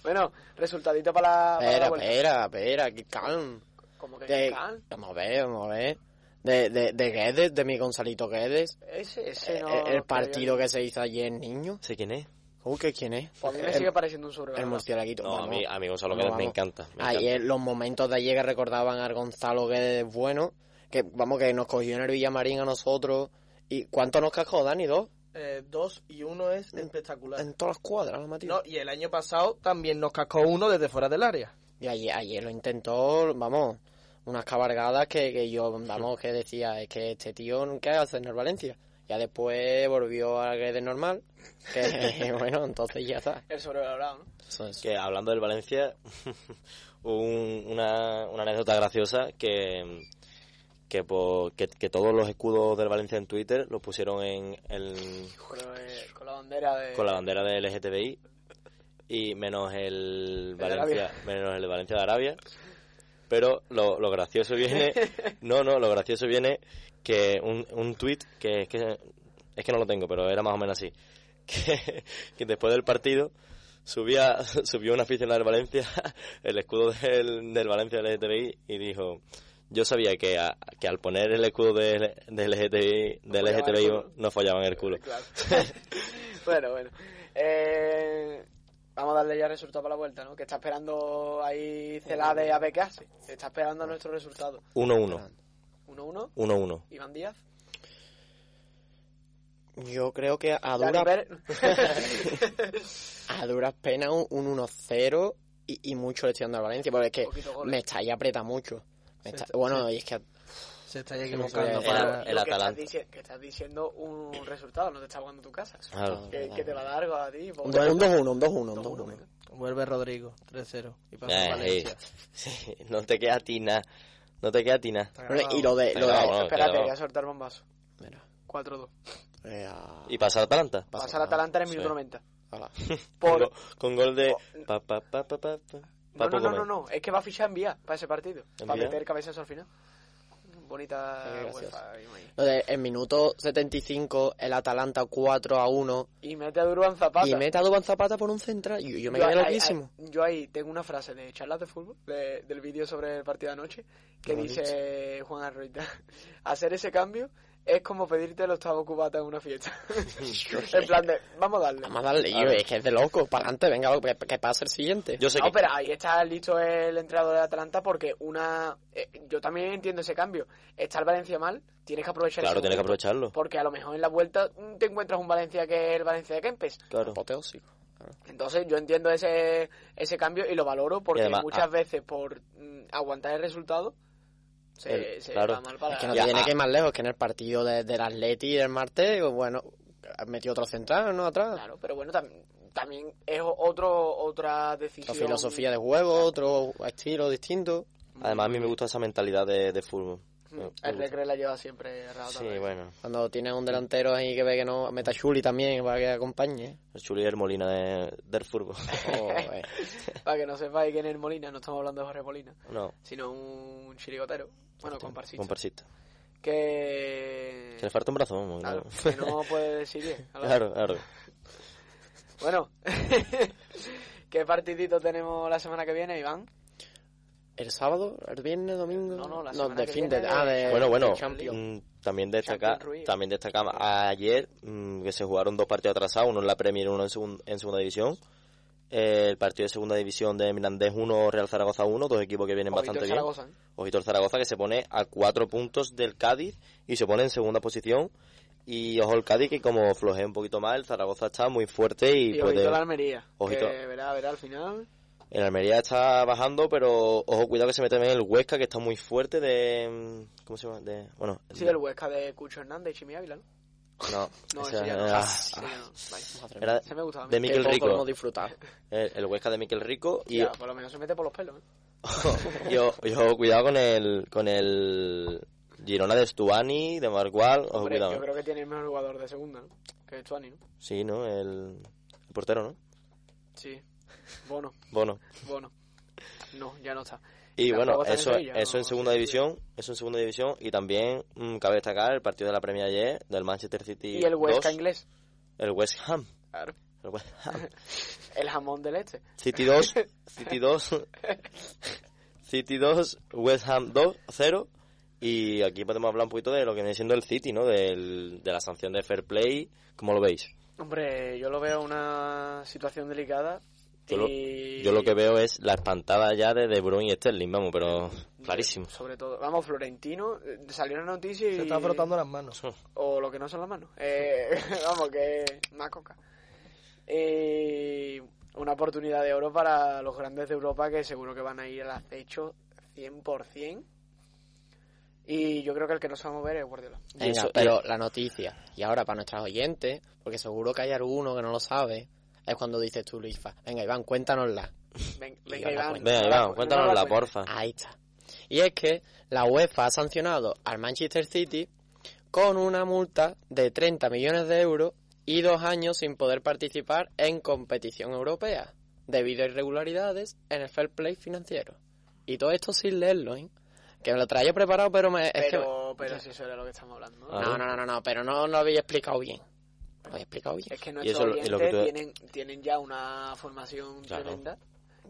bueno, resultadito para la, para la espera, vuelta. espera, espera, que calm. Como que De, Can, vamos a ver, vamos a ver. De, de, de Guedes, de mi Gonzalito Guedes. Ese, ese Eh, no. eh, el creo partido yo. que se hizo ayer, niño. ¿Sé quién es? Uh, ¿qué, ¿Quién es? Pues a mí me El- sigue pareciendo un El sobrevalorado. murciélaguito. No, a vamos. mí, a mí Gonzalo No, Guedes me vamos. encanta. me encanta. Ayer, los momentos de ayer que recordaban al Gonzalo Guedes bueno, que vamos, que nos cogió en el Villamarín a nosotros. ¿Y cuánto nos cascó, Dani? ¿Dos? Eh, dos y uno es espectacular. En todas las cuadras, lo matiz. y el año pasado también nos cascó uno desde fuera del área. Y ayer, ayer lo intentó, vamos, unas cabalgadas que, que yo, vamos, que decía, es que este tío nunca hace en el Valencia. Ya después volvió a Guedes normal, que bueno, entonces ya está. El sobrevalorado, ¿no? Eso es. Que hablando del Valencia, un- una, una anécdota graciosa que, que, por- que, que todos los escudos del Valencia en Twitter los pusieron en, en- Pero, eh, con la bandera de. con la bandera del LGTBI y menos el de Valencia, menos el de Valencia de Arabia. Pero lo, lo gracioso viene, no, no, lo gracioso viene que un, un tweet que es que es que no lo tengo, pero era más o menos así, que, que después del partido subía subió una aficionada del Valencia el escudo del, del Valencia del LGTBI y dijo yo sabía que, a- que al poner el escudo del, del LGTBI, del follaban el LGTBI culo. no fallaban el culo. Claro. bueno, bueno. Eh, vamos a darle ya resultado para la vuelta, ¿no? Que está esperando ahí Celade a ver qué hace. Está esperando nuestro resultado. 1-1, 1-1, 1-1. Iván Díaz. Yo creo que a Dani duras Pérez. a duras penas un, un 1-0 y, y mucho le estoy dando al Valencia, porque es que Poquito goles. me está y aprieta mucho. Me está- bueno, y es que Se está no equivocando sabía. para... El Lo que Atalanta. estás, dici- que estás diciendo un resultado, no te está jugando tu casa. Claro. Que, que te va a dar algo a ti. un pobre. 2-1, un 2-1, un 2-1, un 2-1, 2-1. venga. Vuelve Rodrigo, 3-0. Y pasa Eh, Valencia. sí, no te queda tina. No te queda tina. Y lo de... Lo Venga, de vamos. Espérate, queda- voy a soltar bombazo. Mira, 4-2. eh, a- Y pasa Atalanta. Pasa Pasa la Atalanta en el Sí. minuto 90. ala. Con, Por... go- con gol de. Pa, pa, pa, pa, pa, pa. No, Papo no, no, Gómez. no, no, es que va a fichar en vía para ese partido. ¿En Para Vía? meter cabezazo al final. Bonita Ah, Qué gracioso. UEFA. y me- Lo de en minuto 75, el Atalanta 4 a 1. Y mete a Durban Zapata. Y mete a Dubán Zapata por un central. Yo, yo me Yo quedé ahí- loquísimo. ahí- yo ahí tengo una frase de charlas de fútbol, de- del vídeo sobre el partido de anoche, que Lo dice Juan Arroita, hacer ese cambio es como pedirte el octavo cubata en una fiesta. en plan de, vamos a darle. Vamos a darle, yo, Claro. es que es de loco. Para adelante, venga, loco, que, que pase el siguiente. Yo sé No, que. pero ahí está listo el entrenador de Atalanta porque una... eh, yo también entiendo ese cambio. Está el Valencia mal, tienes que aprovechar Claro, ese tienes que momento. aprovecharlo. Porque a lo mejor en la vuelta mm, te encuentras un Valencia que es el Valencia de Kempes. Claro. Apoteósico. Entonces yo entiendo ese, ese cambio y lo valoro porque Y además, muchas ah. veces por mm, aguantar el resultado se, El- se claro. va mal para Es que no Ya, tiene ah. que ir más lejos que en el partido de- del Atleti el martes, bueno, metió otro central, ¿no? Atrás. Claro, pero bueno, tam- también es otro otra Otra decisión. filosofía de juego, otro estilo distinto. Además, a mí me gusta esa mentalidad de, de fútbol. Me- me Mm, El gusta. recre la lleva siempre Raúl Sí, Tavares. bueno. Cuando tienes un delantero ahí que ve que no, meta Chuli también para que acompañe. pues, El Chuli es el Molina de- del fútbol. Joder. Para que no sepáis quién es Molina, no estamos hablando de Jorge Molina, no. sino un chirigotero. Bueno, comparsista. Comparsista. que... Que le falta un brazo, vamos, Claro, ¿no? que no puede decir bien. a la- Claro, claro. Bueno, ¿qué partidito tenemos la semana que viene, Iván? ¿El sábado? ¿El viernes? ¿Domingo? No, no, la no semana de que fin viene de... Ah, de... Bueno, bueno, Champions. mm, también destaca, Champions Ruiz. también destacamos ayer mm, que se jugaron dos partidos atrasados, uno en la Premier y uno en, segun- en segunda división. Eh, el partido de segunda división de Mirandés 1, Real Zaragoza 1, dos equipos que vienen Ojito bastante el bien. Zaragoza, ¿eh? Ojitor Zaragoza que se pone a cuatro puntos del Cádiz y se pone en segunda posición. Y ojo el Cádiz que como flojea un poquito más, el Zaragoza está muy fuerte y, Y puede... ojito la Almería. Ojito. Que verá, verá al final. El Almería está bajando, pero ojo, cuidado que se mete también el Huesca, que está muy fuerte de... mm, ¿Cómo se llama? De, bueno, Sí, el Huesca de Cucho Hernández y Chimi Ávila, ¿no? No, No, ese- ese ya no. ah, Ese ya no. Vale. Madre mía. era Ese me gustaba a mí. de Miquel Qué poco Rico. hemos disfrutado. El, el Huesca de Miquel Rico. Y Ya, por lo menos se mete por los pelos. ¿eh? yo, yo cuidado con el, con el Girona de Stuani, de Margual. Ojo, Hombre, cuidado. yo creo que tiene el mejor jugador de segunda, ¿no? Que es Tuani, ¿no? Sí, ¿no? El, el portero, ¿no? Sí. Bono, Bono. bono. No, ya no está. Y Tampoco bueno, está en eso, Sevilla, eso ¿no? en segunda división, eso en segunda división y también mm, cabe destacar el partido de la Premier ayer del Manchester City Y, el Huesca 2, inglés. el West Ham, Claro. el West Ham. El jamón del este. City 2, City 2, City 2, West Ham 2, 0 y aquí podemos hablar un poquito de lo que viene siendo el City, ¿no? Del, de la sanción de fair play, ¿cómo lo veis? Hombre, yo lo veo una situación delicada. Yo lo- y- Yo lo que veo es la espantada ya de De Bruyne y Sterling, vamos, pero clarísimo. Sobre todo, vamos, Florentino, eh, salió una noticia y... Se está frotando las manos. O lo que no son las manos. Eh, vamos, que más coca. Y una oportunidad de oro para los grandes de Europa que seguro que van a ir al acecho 100%. Y yo creo que el que no se va a mover es Guardiola. Venga, Eso, pero la noticia. Y ahora para nuestros oyentes, porque seguro que hay alguno que no lo sabe, es cuando dices tú, Luisfa. Venga, Iván, cuéntanosla. Ven- Y Venga, ahora Iván. cuenta. Venga, no Iván, cuenta, no cuéntanos la cuenta. porfa. Ahí está. Y es que la UEFA ha sancionado al Manchester City con una multa de 30 millones de euros y dos años sin poder participar en competición europea debido a irregularidades en el fair play financiero. Y todo esto sin leerlo, ¿eh? Que me lo traía preparado, pero me... es que- Pero, pero si eso era lo que estamos hablando. ¿no? Ah. No, no, no, no, no, pero no lo habéis explicado bien. Lo habéis explicado bien. Es que Y nuestros eso lo- y oyentes lo que tú- tienen, tienen ya una formación Claro. tremenda.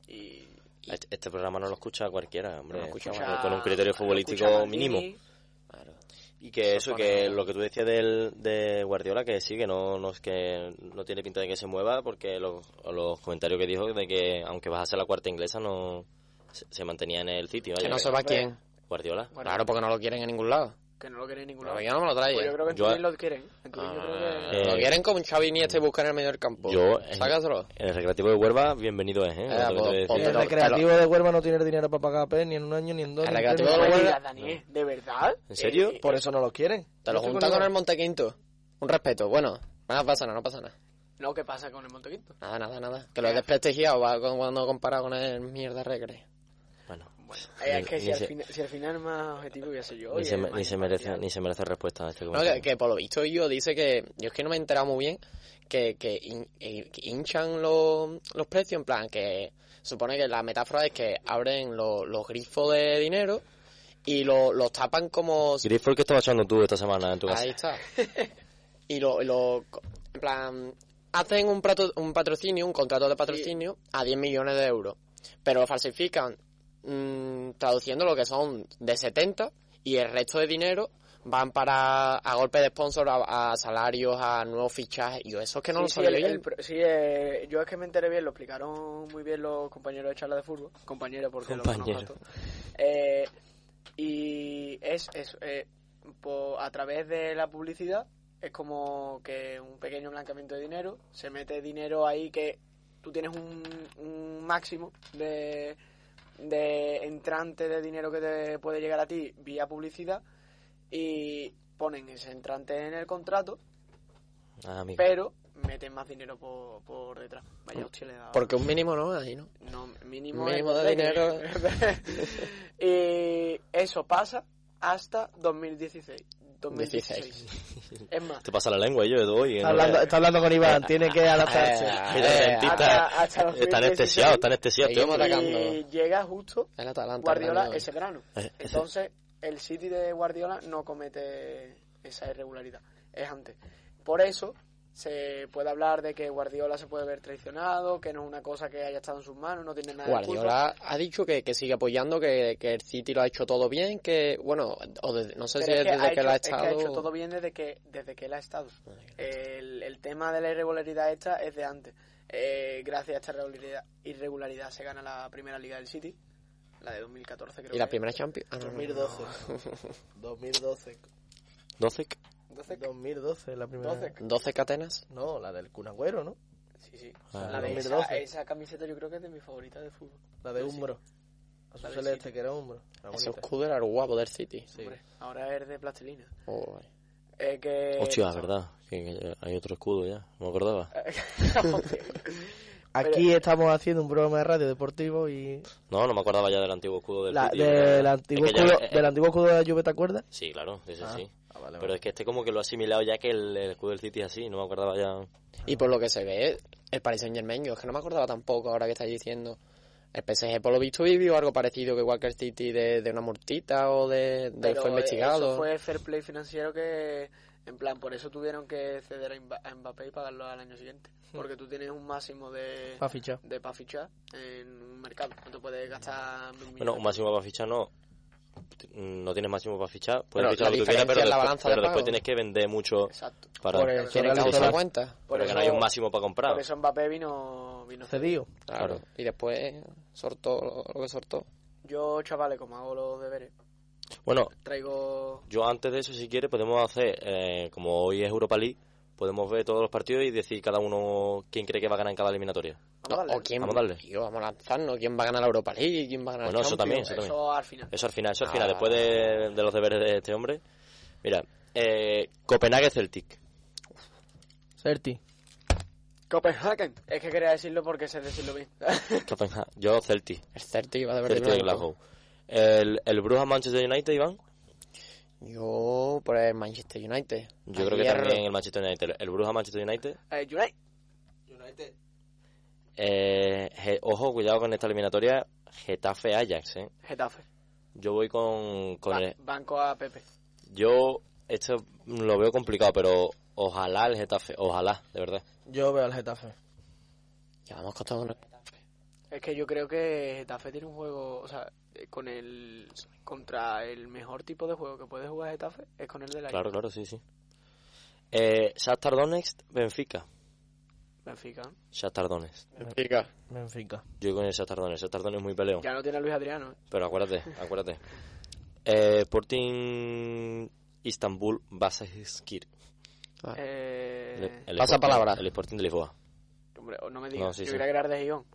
Y Este este programa no lo escucha cualquiera, hombre. No lo escucha Con- escucha- Eh, con un criterio lo futbolístico escucha mínimo. Maldini, Claro. Y que eso, pone- que lo que tú decías del, de Guardiola, que sí, que no, no es que no tiene pinta de que se mueva, porque los, los comentarios que dijo de que aunque bajase a la cuarta inglesa, no se, se mantenía en el sitio. Que vaya, no se va hombre. quién. Guardiola. Bueno, Claro, porque no lo quieren en ningún lado. que no lo quiere ningún Pero lado. yo no me lo Pues traía. yo creo que en Yo- Turín lo quieren. En Turín yo creo que... Ah, Lo quieren con Xavi Iniesta y buscar en el medio del campo. Yo- Sácaselo. En el recreativo de Huelva, bienvenido es, ¿eh? Eh, Lo que te pues, decía. ponte El Pero- recreativo de Huelva no tiene dinero para pagar PES ni en un año, ni en dos, El ni en recreativo tres, No ni me de en Huelva- digas, Daniel, ¿de verdad? Eh, ¿En serio? cuatro. Por eso no los quieren. Te lo No estoy juntan con nada. el Montequinto. Un respeto. Bueno, nada pasa, nada, no pasa nada. No, ¿qué pasa con el Montequinto? Nada, nada, nada. Que lo he desprestigiado va, con- cuando comparado con el mierda regre. Bueno, pues, Bueno, eh, es que Ni- si ni al, se- fina- si al final es más objetivo voy a ser yo. ni y se, es me- más ni, se merece, imparcial. ni se merece respuesta a este No, que, comentario. que por lo visto yo dice que... Yo es que no me he enterado muy bien que, que, hin- eh, que hinchan los- los precios, en plan que... Supone que la metáfora es que abren lo- los grifos de dinero y lo- los tapan como... Grifo, ¿qué estabas echando tú esta semana en tu casa? Ahí está. y lo, lo... En plan... Hacen un, prato- un patrocinio, un contrato de patrocinio a 10 millones de euros. Pero lo falsifican mm, traduciendo lo que son de 70 y el resto de dinero van para a golpe de sponsor, a, a salarios, a nuevos fichajes. Yo eso es que no lo sí, sí, sabía el- bien. el pro- sí, eh, yo es que me enteré bien, lo explicaron muy bien los compañeros de charla de fútbol. Compañero, porque lo conozco a Compañero. todos. Eh, y es, es eh, po- a través de la publicidad, es como que un pequeño blanqueamiento de dinero, se mete dinero ahí que tú tienes un, un máximo de, de entrante de dinero que te puede llegar a ti vía publicidad y ponen ese entrante en el contrato, Ah, amigo. pero meten más dinero por, por detrás. Vaya hostia, le he dado. Porque un mínimo no, ahí no. No, mínimo, Mínimo de dinero. y eso pasa hasta 2016. 2016. es más, Te pasa la lengua, yo de hoy. ¿eh? Está hablando, Eh, está hablando con Iván, tiene que adaptarse. eh, el hasta- dentista hasta los 2016. está anestesiado, está anestesiado. este Seguimos hombre. y atacando. llega justo El Atalanta. Guardiola Hernando. ese verano. Eh, ese- Entonces, el City de Guardiola no comete esa irregularidad. Es antes. Por eso se puede hablar de que Guardiola se puede ver traicionado, que no es una cosa que haya estado en sus manos, no tiene nada de culpa. Guardiola ha dicho que, que sigue apoyando, que, que el City lo ha hecho todo bien, que, bueno, o desde- no sé si Pero es es que desde ha que, él ha hecho- es estado... que ha hecho todo bien desde que, desde que él ha estado. El, el tema de la irregularidad esta es de antes. Eh, gracias a esta irregularidad, irregularidad se gana la primera liga del City, la de 2014 creo. Y la que primera Champions... Ah, es. no, no, no. 2012. 2012. 12. 12, 2012, la primera. 12. 12 catenas. No, la del Kun Agüero, ¿no? Sí, sí. Ah, la de 2012. Esa, esa camiseta yo creo que es de mi favorita de fútbol. La de Sí, sí. Umbro. A su La del celeste, que era Umbro. La Ese bonita. escudo era el guapo del City. Sí. Hombre, ahora es de plastilina. Oh, Eh, que... Hostia, verdad. que- que hay otro escudo ya. No me acordaba. Eh. Aquí estamos haciendo un programa de radio deportivo y. No, no me acordaba ya del antiguo escudo del La, City, del, ¿verdad? antiguo Es que ya- escudo, eh, del antiguo escudo de la Juve, ¿te acuerdas? Sí, claro, ese Ah, sí. ah, vale, Pero vale. es que este como que lo ha asimilado ya que el, el escudo del City es así, no me acordaba ya. eh. Y por lo que se ve, el Paris Saint Germain, yo es que no me acordaba tampoco ahora que estáis diciendo. El PSG por lo visto vivió algo parecido que igual que el City de, de una multita o de, de Pero eh, fue investigado. Eso fue fair play financiero que, en plan, por eso tuvieron que ceder a Mba- a Mbappé y pagarlo al año siguiente. Hmm. Porque tú tienes un máximo de, Ha fichado. de para fichar en un mercado. No te puedes gastar mil Bueno, millones. un máximo para fichar no. No tienes máximo para fichar, puedes Pero la fichar lo que tú diferencia quieras, pero, en la después, balanza de pero después pago. tienes que vender mucho Exacto. para Por pero el- sobre Tiene que hacer la Por cuenta. Por que eso, no hay un máximo para comprar. por eso Mbappé vino... vino Cedido. Claro. Claro. Y después sortó lo, lo que sortó. Yo, chavales, como hago los deberes, Bueno, traigo... yo antes de eso, si quieres, podemos hacer, eh, como hoy es Europa League, podemos ver todos los partidos y decir cada uno quién cree que va a ganar en cada eliminatoria. Vamos No, a darle. o quién, Vamos a darle. tío, vamos a lanzarnos. ¿Quién va a ganar la Europa League? ¿Quién va a ganar Bueno, la eso también, Champions? eso también. Eso al final. Eso al final, eso al Ah. final, después de, de los deberes de este hombre. Mira, eh, Copenhague-Celtic. Certi. Copenhagen. Es que quería decirlo porque sé decirlo bien. Copenhague- Yo Celtic. El Celtic va de verde y Celtic de blanco. Glasgow. El, el Brujas-Manchester United, Iván. Yo por el Manchester United. Yo A creo que hierro. también el Manchester United. El Brujas-Manchester United. eh, Unai. Eh, je- ojo, cuidado con esta eliminatoria. Getafe-Ajax, eh. Getafe. Yo voy con, con Ba- el... Banco a Pepe. Yo esto lo veo complicado, pero ojalá el Getafe, ojalá, de verdad. Yo veo al Getafe. Ya vamos con todo. Es que yo creo que Getafe tiene un juego, o sea, eh, con el contra el mejor tipo de juego que puede jugar Getafe es con el del aire. Claro, claro, sí, sí. Eh, Shakhtar Donetsk, Benfica. Benfica. ¿no? Shakhtar Donetsk. Benfica. Benfica. Yo con el Shakhtar Donetsk. Shakhtar Donetsk es muy peleón. Ya no tiene a Luis Adriano. ¿eh? Pero acuérdate, acuérdate. Eh, Sporting Istanbul Basaksehir. Ah. Eh, El Pasa Sporting- palabra. El Sporting de Lisboa. hombre, no me digas. No, sí, yo sí. quería que era el de Gijón.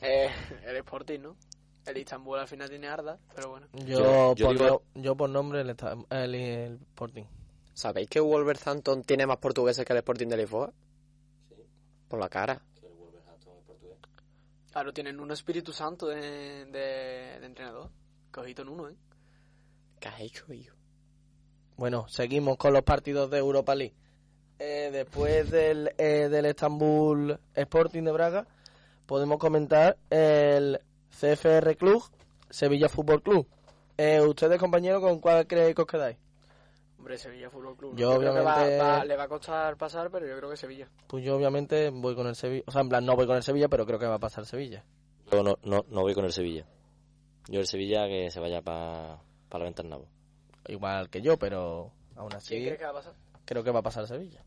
Eh, el Sporting, ¿no? El Istanbul al final tiene Arda, pero bueno. Yo, Yo- yo por, digo- no- yo por nombre el, esta- el, el Sporting. ¿Sabéis que Wolverhampton tiene más portugueses que el Sporting de Lisboa? Por la cara. Claro, tienen un Espíritu Santo de, de, de entrenador. Cojito en uno, ¿eh? ¿Qué has hecho, hijo? Bueno, seguimos con los partidos de Europa League. Eh, después del, eh, del Estambul Sporting de Braga, podemos comentar el CFR Club, Sevilla Fútbol Club. Eh, ustedes, compañeros, ¿con cuál creéis que os quedáis? Hombre, Sevilla Fútbol Club. ¿no? Yo creo que va- obviamente- va- le va a costar pasar, pero yo creo que Sevilla. Pues yo, obviamente, voy con el Sevilla. O sea, en plan, no voy con el Sevilla, pero creo que va a pasar Sevilla. Yo no, no, no voy con el Sevilla. Yo el Sevilla que se vaya para la ventana. Igual que yo, pero aún ¿Quién así crees que va a pasar? creo que va a pasar Sevilla.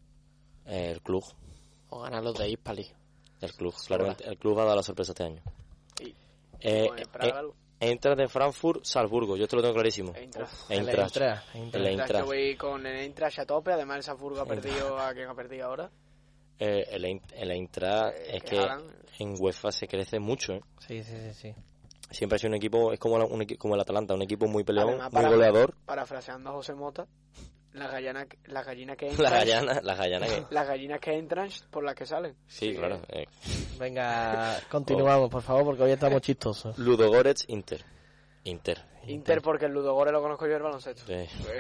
El club. O ganar los de Ispali. El club, claramente. El club va a dar la sorpresa este año. Y- Eh, Con el Praga, eh, Lu. entra de Frankfurt, Salzburgo. Yo te lo tengo clarísimo. Eintracht. Uf, El Eintracht. Eintracht, Eintracht. El Mientras Eintracht. que voy con el Eintracht a tope, además el Salzburgo ha perdido a quien ha perdido ahora. eh, el, Ein- el Eintracht Eh, es que que Haaland. en UEFA se crece mucho. ¿eh? Sí, sí, sí, sí. Siempre ha sido un equipo, es como, la- un equi- como el Atalanta, un equipo muy peleón, Además, muy para- goleador. Parafraseando a José Mota, las gallinas las gallinas que Las entran, gallanas, las gallanas. que- las gallinas que entran por las que salen. Sí, claro. eh, Venga, continuamos, por favor, porque hoy estamos chistosos. Ludogorets, Inter. Inter. Inter porque el Ludogore lo conozco yo del baloncesto. Sí. Pues,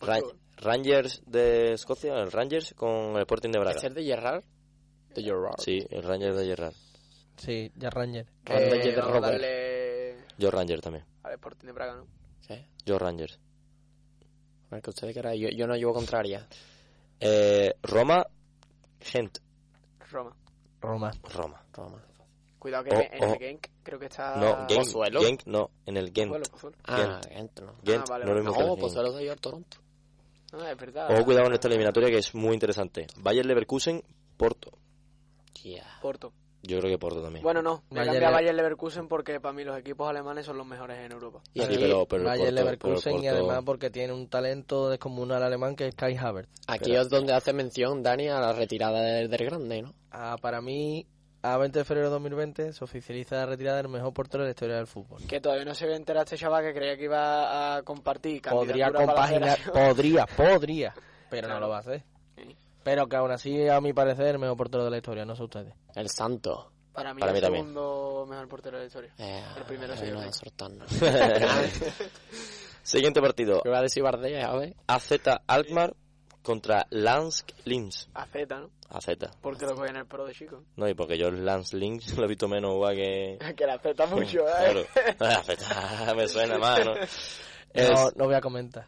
Ra- Rangers de Escocia, el Rangers con el Sporting de Braga. ¿Es el de Gerrard? De Gerrard. Sí, el Rangers de Gerrard. Sí, ya Ranger. Rando eh, Jeter vamos a Robert. darle Yo Ranger también. al Sporting de Praga, ¿no? Sí. Yo Rangers. A ver, que ustedes quieran. Yo, yo no llevo contraria. Eh, Roma, Gent. Roma. Roma. Roma. Roma. Ah, Cuidado que Oh, en el oh. Genk creo que está... No, Genk, Pozuelo. Genk, no, en el Genk. Pozuelo, Pozuelo. Ah, Gent, no. Gent, Ah, vale, no lo vale. mismo que el No, Genk. pues solo soy yo al Toronto. No, es verdad. Ojo, Oh, cuidado con esta eliminatoria que es muy interesante. Bayern Leverkusen, Porto. Yeah. Porto. Yo creo que Porto también. Bueno, no. Me Bayern cambié a Le- Bayern Leverkusen porque para mí los equipos alemanes son los mejores en Europa. Sí, pero- pero el Bayern Porto- Leverkusen pero el y Porto- además porque tiene un talento descomunal alemán que es Kai Havertz. Aquí es donde hace mención Dani a la retirada del, del grande, ¿no? Ah, para mí, a 20 de febrero de 2020 se oficializa la retirada del mejor portero de la historia del fútbol. Que todavía no se ve enterado este chaval que creía que iba a compartir. Podría candidatura para la compaginar, federación. podría, podría, pero no Claro. lo va a hacer. Sí. Pero que aún así, a mi parecer, el mejor portero de la historia, no sé ustedes. El santo. Para mí, Para el mí también. segundo mejor portero de la historia. Eh, El primero soy eh, yo, no, Mike. Sortano. Siguiente partido. Yo voy a decir Bardet, a ver. AZ Alkmaar contra Lansk Linz. A Z, ¿no? AZ. Porque lo cogían en el pro de chico. No, y porque yo el Lance Linz lo he visto menos guay que... que la Z mucho, ¿eh? Claro. AZ me suena más, ¿no? No, Es- no voy a comentar.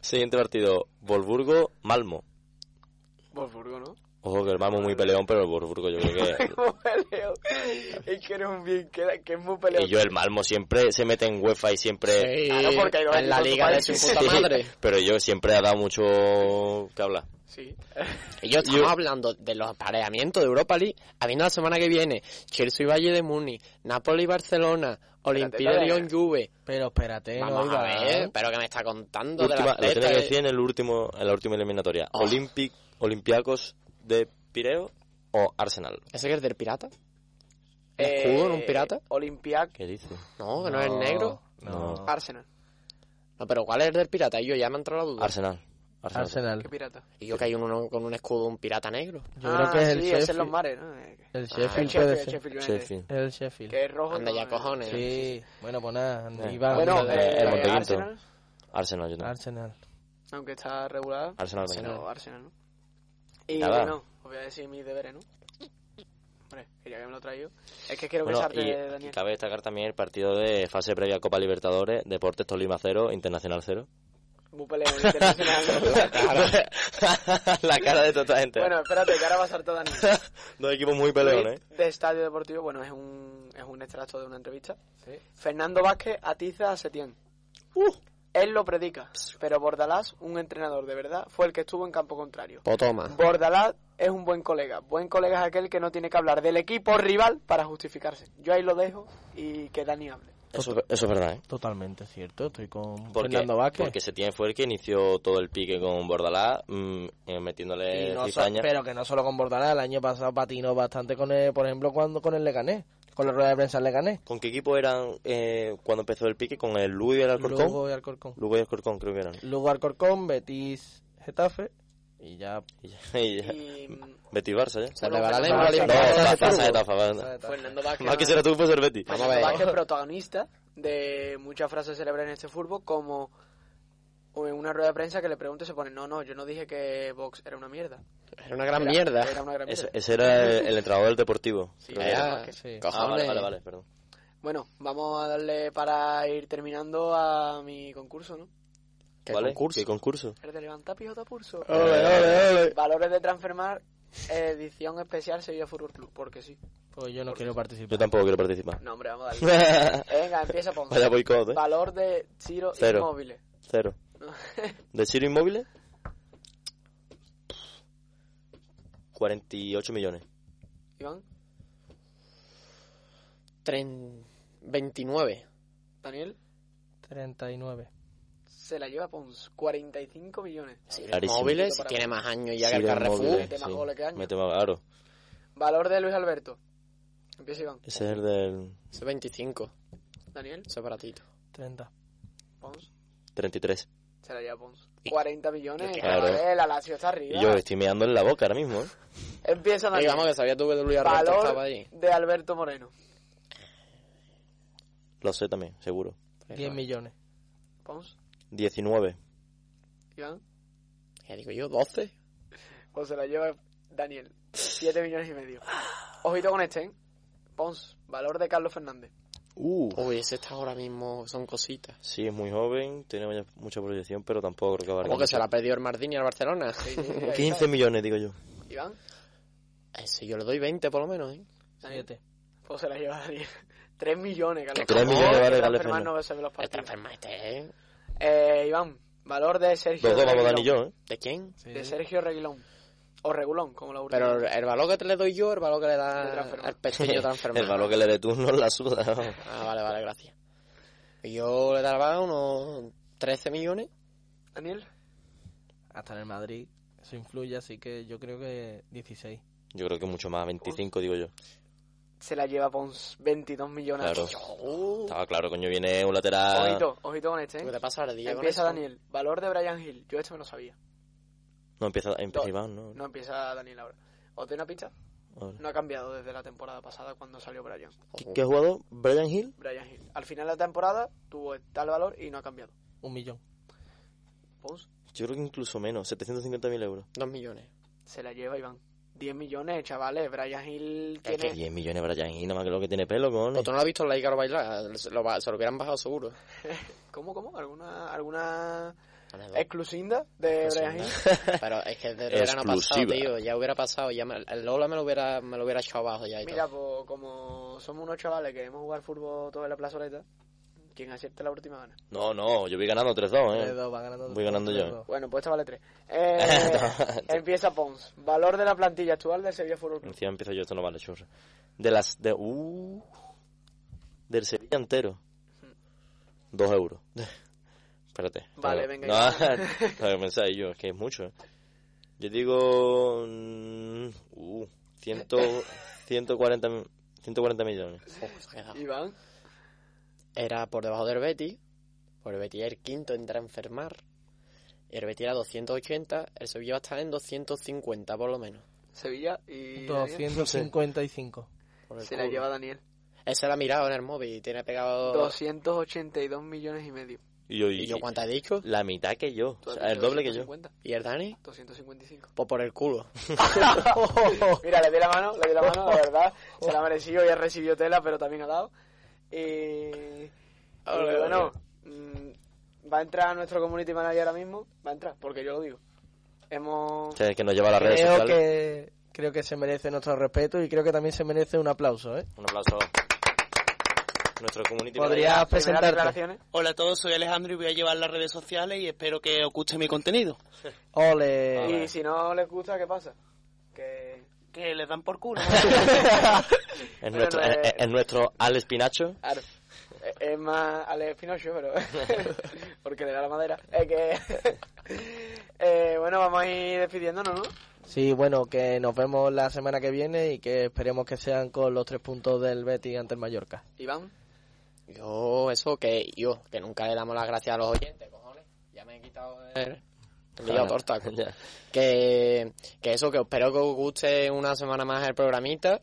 Siguiente partido. Volburgo, Malmo. Wolfsburgo, ¿no? Ojo que el Malmo es muy peleón, pero el Volburgo yo creo que... muy peleo. Es que eres un bien, que, que es muy peleo. Y yo el Malmo siempre se mete en UEFA y siempre... Claro, porque hay dos en la equipos liga de su que puta madre. Pero yo siempre ha dado mucho que hablar. Sí. Y yo estamos hablando de los apareamientos de Europa League. Habiendo la semana que viene Chelsea y Valle de Muni, Napoli y Barcelona, Olimpia de todavía. Lyon Juve. Pero espérate, no Vamos a iba. ver, pero que me está contando Última, de lo las tenía tetas, que eh. decir en, el último, en la última eliminatoria. Oh. Olympic, Olympiacos de Pireo o Arsenal. ¿Ese que es del pirata? ¿El escudo en un pirata? Eh, Olympiac, ¿Qué dices? No, que no, es el negro. No. No. Arsenal. No, pero ¿cuál es el del pirata? Y yo ya me ha entrado la duda. Arsenal. Arsenal. Arsenal. ¿Qué pirata? Y yo que hay uno con un escudo, un pirata negro. Yo ah, creo que es el sí, ese es los Sheffield. mares, ¿no? Eh, El El Sheffield puede Sheffield, ser. Sheffield United. Sheffield. El Sheffield. Que es rojo. Anda ¿no? ya, cojones. Sí, bueno, pues nada, Eh. Iván, Bueno, dale. eh, el Montequinto. Arsenal, Arsenal, yo no. Arsenal. aunque está regulada, Arsenal, venga. pero Arsenal, ¿no? Y eh. Nada. bueno, os voy a decir mis deberes, ¿no? Hombre, quería que me lo traído. Es que quiero Bueno, besarte, y, y Daniel. cabe destacar también el partido de fase previa Copa Libertadores, Deportes Tolima 0, Internacional 0. Muy peleo, internacional. La cara de toda esta gente. bueno, espérate, que ahora va a saltar Daniel. Dos equipos muy peleones. ¿eh? Tweet de Estadio Deportivo, bueno, es un, es un extracto de una entrevista. Sí. Fernando Vázquez atiza a Setién. Uh. Él lo predica, pero Bordalás, un entrenador de verdad, fue el que estuvo en campo contrario. Pues O toma. Bordalás es un buen colega. Buen colega es aquel que no tiene que hablar del equipo rival para justificarse. Yo ahí lo dejo y que Dani hable. Eso, eso es verdad, ¿eh? Totalmente cierto, estoy con Porque, Fernando Vázquez. porque Setién fue el que inició todo el pique con Bordalá, mm, eh, Y metiéndole no so- cizaña. pero que no solo con Bordalás, el año pasado patinó bastante con el, por ejemplo, cuando con el Leganés, con la rueda de prensa del Leganés. ¿Con qué equipo eran eh, cuando empezó el pique? ¿Con el Lugo y el Alcorcón? Lugo, Lugo y Alcorcón. y Alcorcón, creo que eran. Lugo Alcorcón, Betis, Getafe y ya. Y ya- y ya. Y mm, Betis Barça, ¿eh? Se le va la lengua No, al No, Barça, Barça, pasa, Barça, pasa, Barça. etapa, pues, pasa. Fernando Vázquez, Más quisiera tú pues el Betis. Vamos a Fernando ver. Vázquez protagonista de muchas frases célebres en este fútbol, como en una rueda de prensa que le pregunto y se pone, no, no, yo no dije que Vox era una mierda. Era una gran Era- mierda. Era una gran Ese, mierda. ese era el, el entrenador del Deportivo. creo que era. Era- Vázquez. Sí. Cojones. Ah, vale, vale, vale, perdón. Bueno, vamos a darle para ir terminando a mi concurso, ¿no? ¿Qué ¿Vale? concurso? ¿Qué concurso? Eh, El de levantar pijota pulso. Eh, Ole, ole, ole. Valores de Transfermar, edición especial Sevilla Fútbol Club, porque sí. Pues yo no quiero Yo participar. tampoco quiero participar. No, hombre, vamos a darle. Vaya Venga, empieza Ponce. boicot, ¿eh? Valor de Ciro Cero. Inmóviles. Cero. No. ¿De Ciro Inmóviles? 48 millones. Iván, Tren- 29. Daniel, 39. se la lleva Pons, 45 millones. Clarísimo. Móviles Para tiene más años ya Sí, que el del Carrefour. móvil, eh. Mete más sí. goles que años. Mete más- claro. Valor de Luis Alberto. Empieza Iván. Ese es el del Ese 25, Daniel, ese es baratito. 30. Pons, 33. se la lleva Pons. 40 millones, Claro. cabrón, la Lazio está arriba. Y yo estoy meando en la boca ahora mismo, ¿eh? Empieza Oye, Daniel. vamos, que sabía tú que Luis Alberto estaba Valor allí. de Alberto Moreno. Lo sé también, seguro. 10 millones. Pons, 19. Iván. Ya digo yo, 12. Pues se la lleva Daniel. 7 millones y medio. Ojito con este, ¿eh? Pons, valor de Carlos Fernández. Uh. Uy, ese está ahora mismo, son cositas. Sí, es muy joven, tiene mucha, mucha proyección, pero tampoco creo que valga ¿Cómo que mucho. se la ha pedido el Martini al Barcelona? Sí, sí, sí, ahí está. 15 millones, digo yo. Iván, A Ese Eh, yo le doy 20 por lo menos, ¿eh? Daniel. 7. Pues se la lleva Daniel. 3 millones, Carlos. ¿Qué Tres Fernández. millones vale El Carlos transfer más Fernández. no se ve los El partidos. transfer este, ¿eh? Eh, Iván, valor de Sergio. Los dos vamos Dan y Reguilón. yo, ¿eh? ¿De quién? De Sergio Reguilón. O Regulón, como lo gusta. Pero el valor que te le doy yo, el valor que le El da transfer. al pequeño transfer. El valor que le dé tú no la suda. vamos. Ah, vale, vale, gracias. Yo le daba unos 13 millones. Daniel, Hasta en el Madrid. Eso influye, así que yo creo que 16. Yo creo que mucho más, 25, digo yo. se la lleva Pons. 22 millones. Claro. Uh, Estaba claro, coño, viene un lateral. Ojito, ojito con este, ¿Qué ¿eh? te pasa ahora, Diego? Empieza Daniel. Valor de Brian Hill. Yo esto me lo sabía. No, empieza, No. empieza Iván, ¿no? No empieza Daniel ahora. ¿Os doy una pista? Ahora. No ha cambiado desde la temporada pasada cuando salió Brian. ¿Qué- ¿Qué jugador? ¿Brian Hill? Brian Hill. Al final de la temporada tuvo tal valor y no ha cambiado. Pues, Un millón. Pons Yo creo que incluso menos, 750.000 euros. 2 millones. se la lleva Iván. 10 millones, chavales. Brian Hill Es tiene... 10 millones Brian Hill, nada más que lo que tiene pelo, cojones. ¿Otro no lo ha visto en la Icaro bailar? ah, Se lo, va- se lo hubieran bajado seguro. ¿Cómo, cómo? ¿Alguna, alguna Pero exclusinda de Brian Hill? es que desde el verano pasado, Exclusiva. tío, ya hubiera pasado. Ya me- el Lola me lo hubiera, me lo hubiera echado abajo ya y Mira, todo. pues como somos unos chavales que hemos jugado al fútbol toda la plazoleta, quien acierte la última gana. No, no, yo voy ganando 3-2, ¿eh? 3-2, va ganando. Voy ganando yo. 3-2. Bueno, pues esta vale 3. Eh, empieza Pons. Valor de la plantilla actual del Sevilla Fútbol Club. Encima empiezo yo, esto no vale, churra. De las. De, uh, del Sevilla entero. Dos euros. Espérate. Vale, No, venga, No, ya. no, que pensáis yo, es que es mucho. ¿eh? Yo digo. mm, Uh, ciento, 140, mi- 140 millones. Uf, se ha quedado. Ah. Iván, Era por debajo del Betty. Por el Betty era el quinto en transfermar. El Betty era 280. El Sevilla va a estar en 250 por lo menos. Sevilla y... Daniel. 255. Por el Se la culo. lleva Daniel. Ese la ha mirado en el móvil y tiene Oh. pegado. 282 millones y medio. Y yo, ¿Y yo cuánto he dicho? La mitad que yo. ¿Tú O has sea, el dicho doble que yo. 250? ¿Y el Dani? 255. Pues por el culo. Mira, le di la mano, le di la mano, la verdad. Se la ha merecido y ha recibido tela, pero también ha dado. Y, y Ole, bueno, mm, va a entrar nuestro community manager ahora mismo. Va a entrar, porque yo lo digo. Hemos. O sea, que nos lleva a las redes Creo sociales. que, creo que se merece nuestro respeto y creo que también se merece un aplauso, ¿eh? Un aplauso. Nuestro community. Podrías primeras presentarte. declaraciones. Hola a todos, soy Alejandro y voy a llevar las redes sociales y espero que os guste mi contenido. Ole. Ah, vale. Y si no les gusta, ¿qué pasa? Que. Que les dan por culo. Es nuestro, Pero, es, eh, es- es nuestro Alex Pinacho. Claro. eh, Es más Alex Pinocho, pero. porque le da la madera. Es que. eh, bueno, vamos a ir despidiéndonos, ¿no? Sí, bueno, que nos vemos la semana que viene y que esperemos que sean con los tres puntos del Betis ante el Mallorca. Iván. Yo, eso que yo, que nunca le damos las gracias a los oyentes, cojones. Ya me he quitado el. Me he liado torta. coño. que, que eso, que espero que os guste una semana más el programita.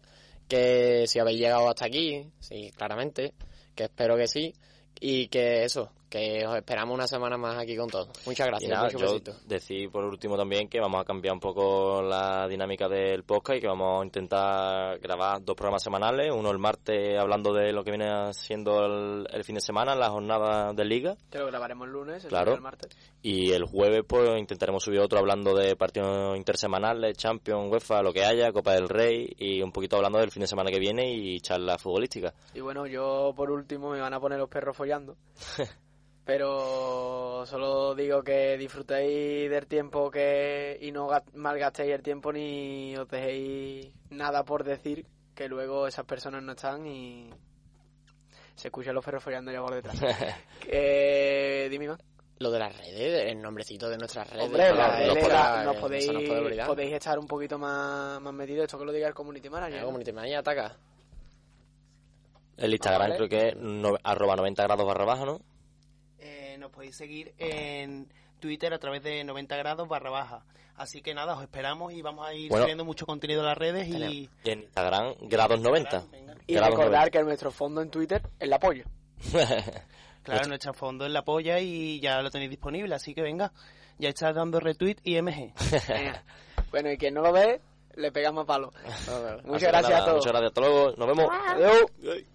Que si habéis llegado hasta aquí, sí, claramente. Que espero que sí. Y que eso, que os esperamos una semana más aquí con todos. Muchas Y gracias. nada, mucho yo besito. decir por último también que vamos a cambiar un poco la dinámica del podcast y que vamos a intentar grabar dos programas semanales, uno el martes hablando de lo que viene siendo el, el fin de semana, la jornada de liga, Te lo grabaremos el lunes, el Claro. el martes. y el jueves pues intentaremos subir otro hablando de partidos intersemanales, Champions, UEFA, lo que haya, Copa del Rey y un poquito hablando del fin de semana que viene y charlas futbolísticas. Y bueno, yo por último me van a poner los perros follando. Pero solo digo que disfrutéis del tiempo que y no gas- malgastéis el tiempo ni os dejéis nada por decir, que luego esas personas no están y se escuchan los perros follando ya por detrás. eh, dime, Iván. lo de las redes, el nombrecito de nuestras redes. Hombre, no, la no L podrá- la- eh, nos eso podéis, no puede olvidar. podéis estar un poquito más, más metidos. Esto que lo diga el community manager. Eh, ¿no? Community Manager ataca. El Ah, Instagram Vale. creo que es no- arroba 90 grados barra baja, ¿no? Eh, nos podéis seguir en Twitter a través de 90 grados barra baja. Así que nada, os esperamos y vamos a ir Bueno. subiendo mucho contenido a las redes y... Y en Instagram, grados 90. Venga. Y Grados recordar que nuestro fondo en Twitter es el apoyo. 90. Claro, nuestro fondo es la polla y ya lo tenéis disponible, así que venga, ya estás dando retweet y MG. Venga. bueno, y quien no lo ve, le pegamos palo. No, no. Muchas Así que gracias a nada, todos. Ah. Muchas gracias a todos. Nos vemos. Adiós. Ay.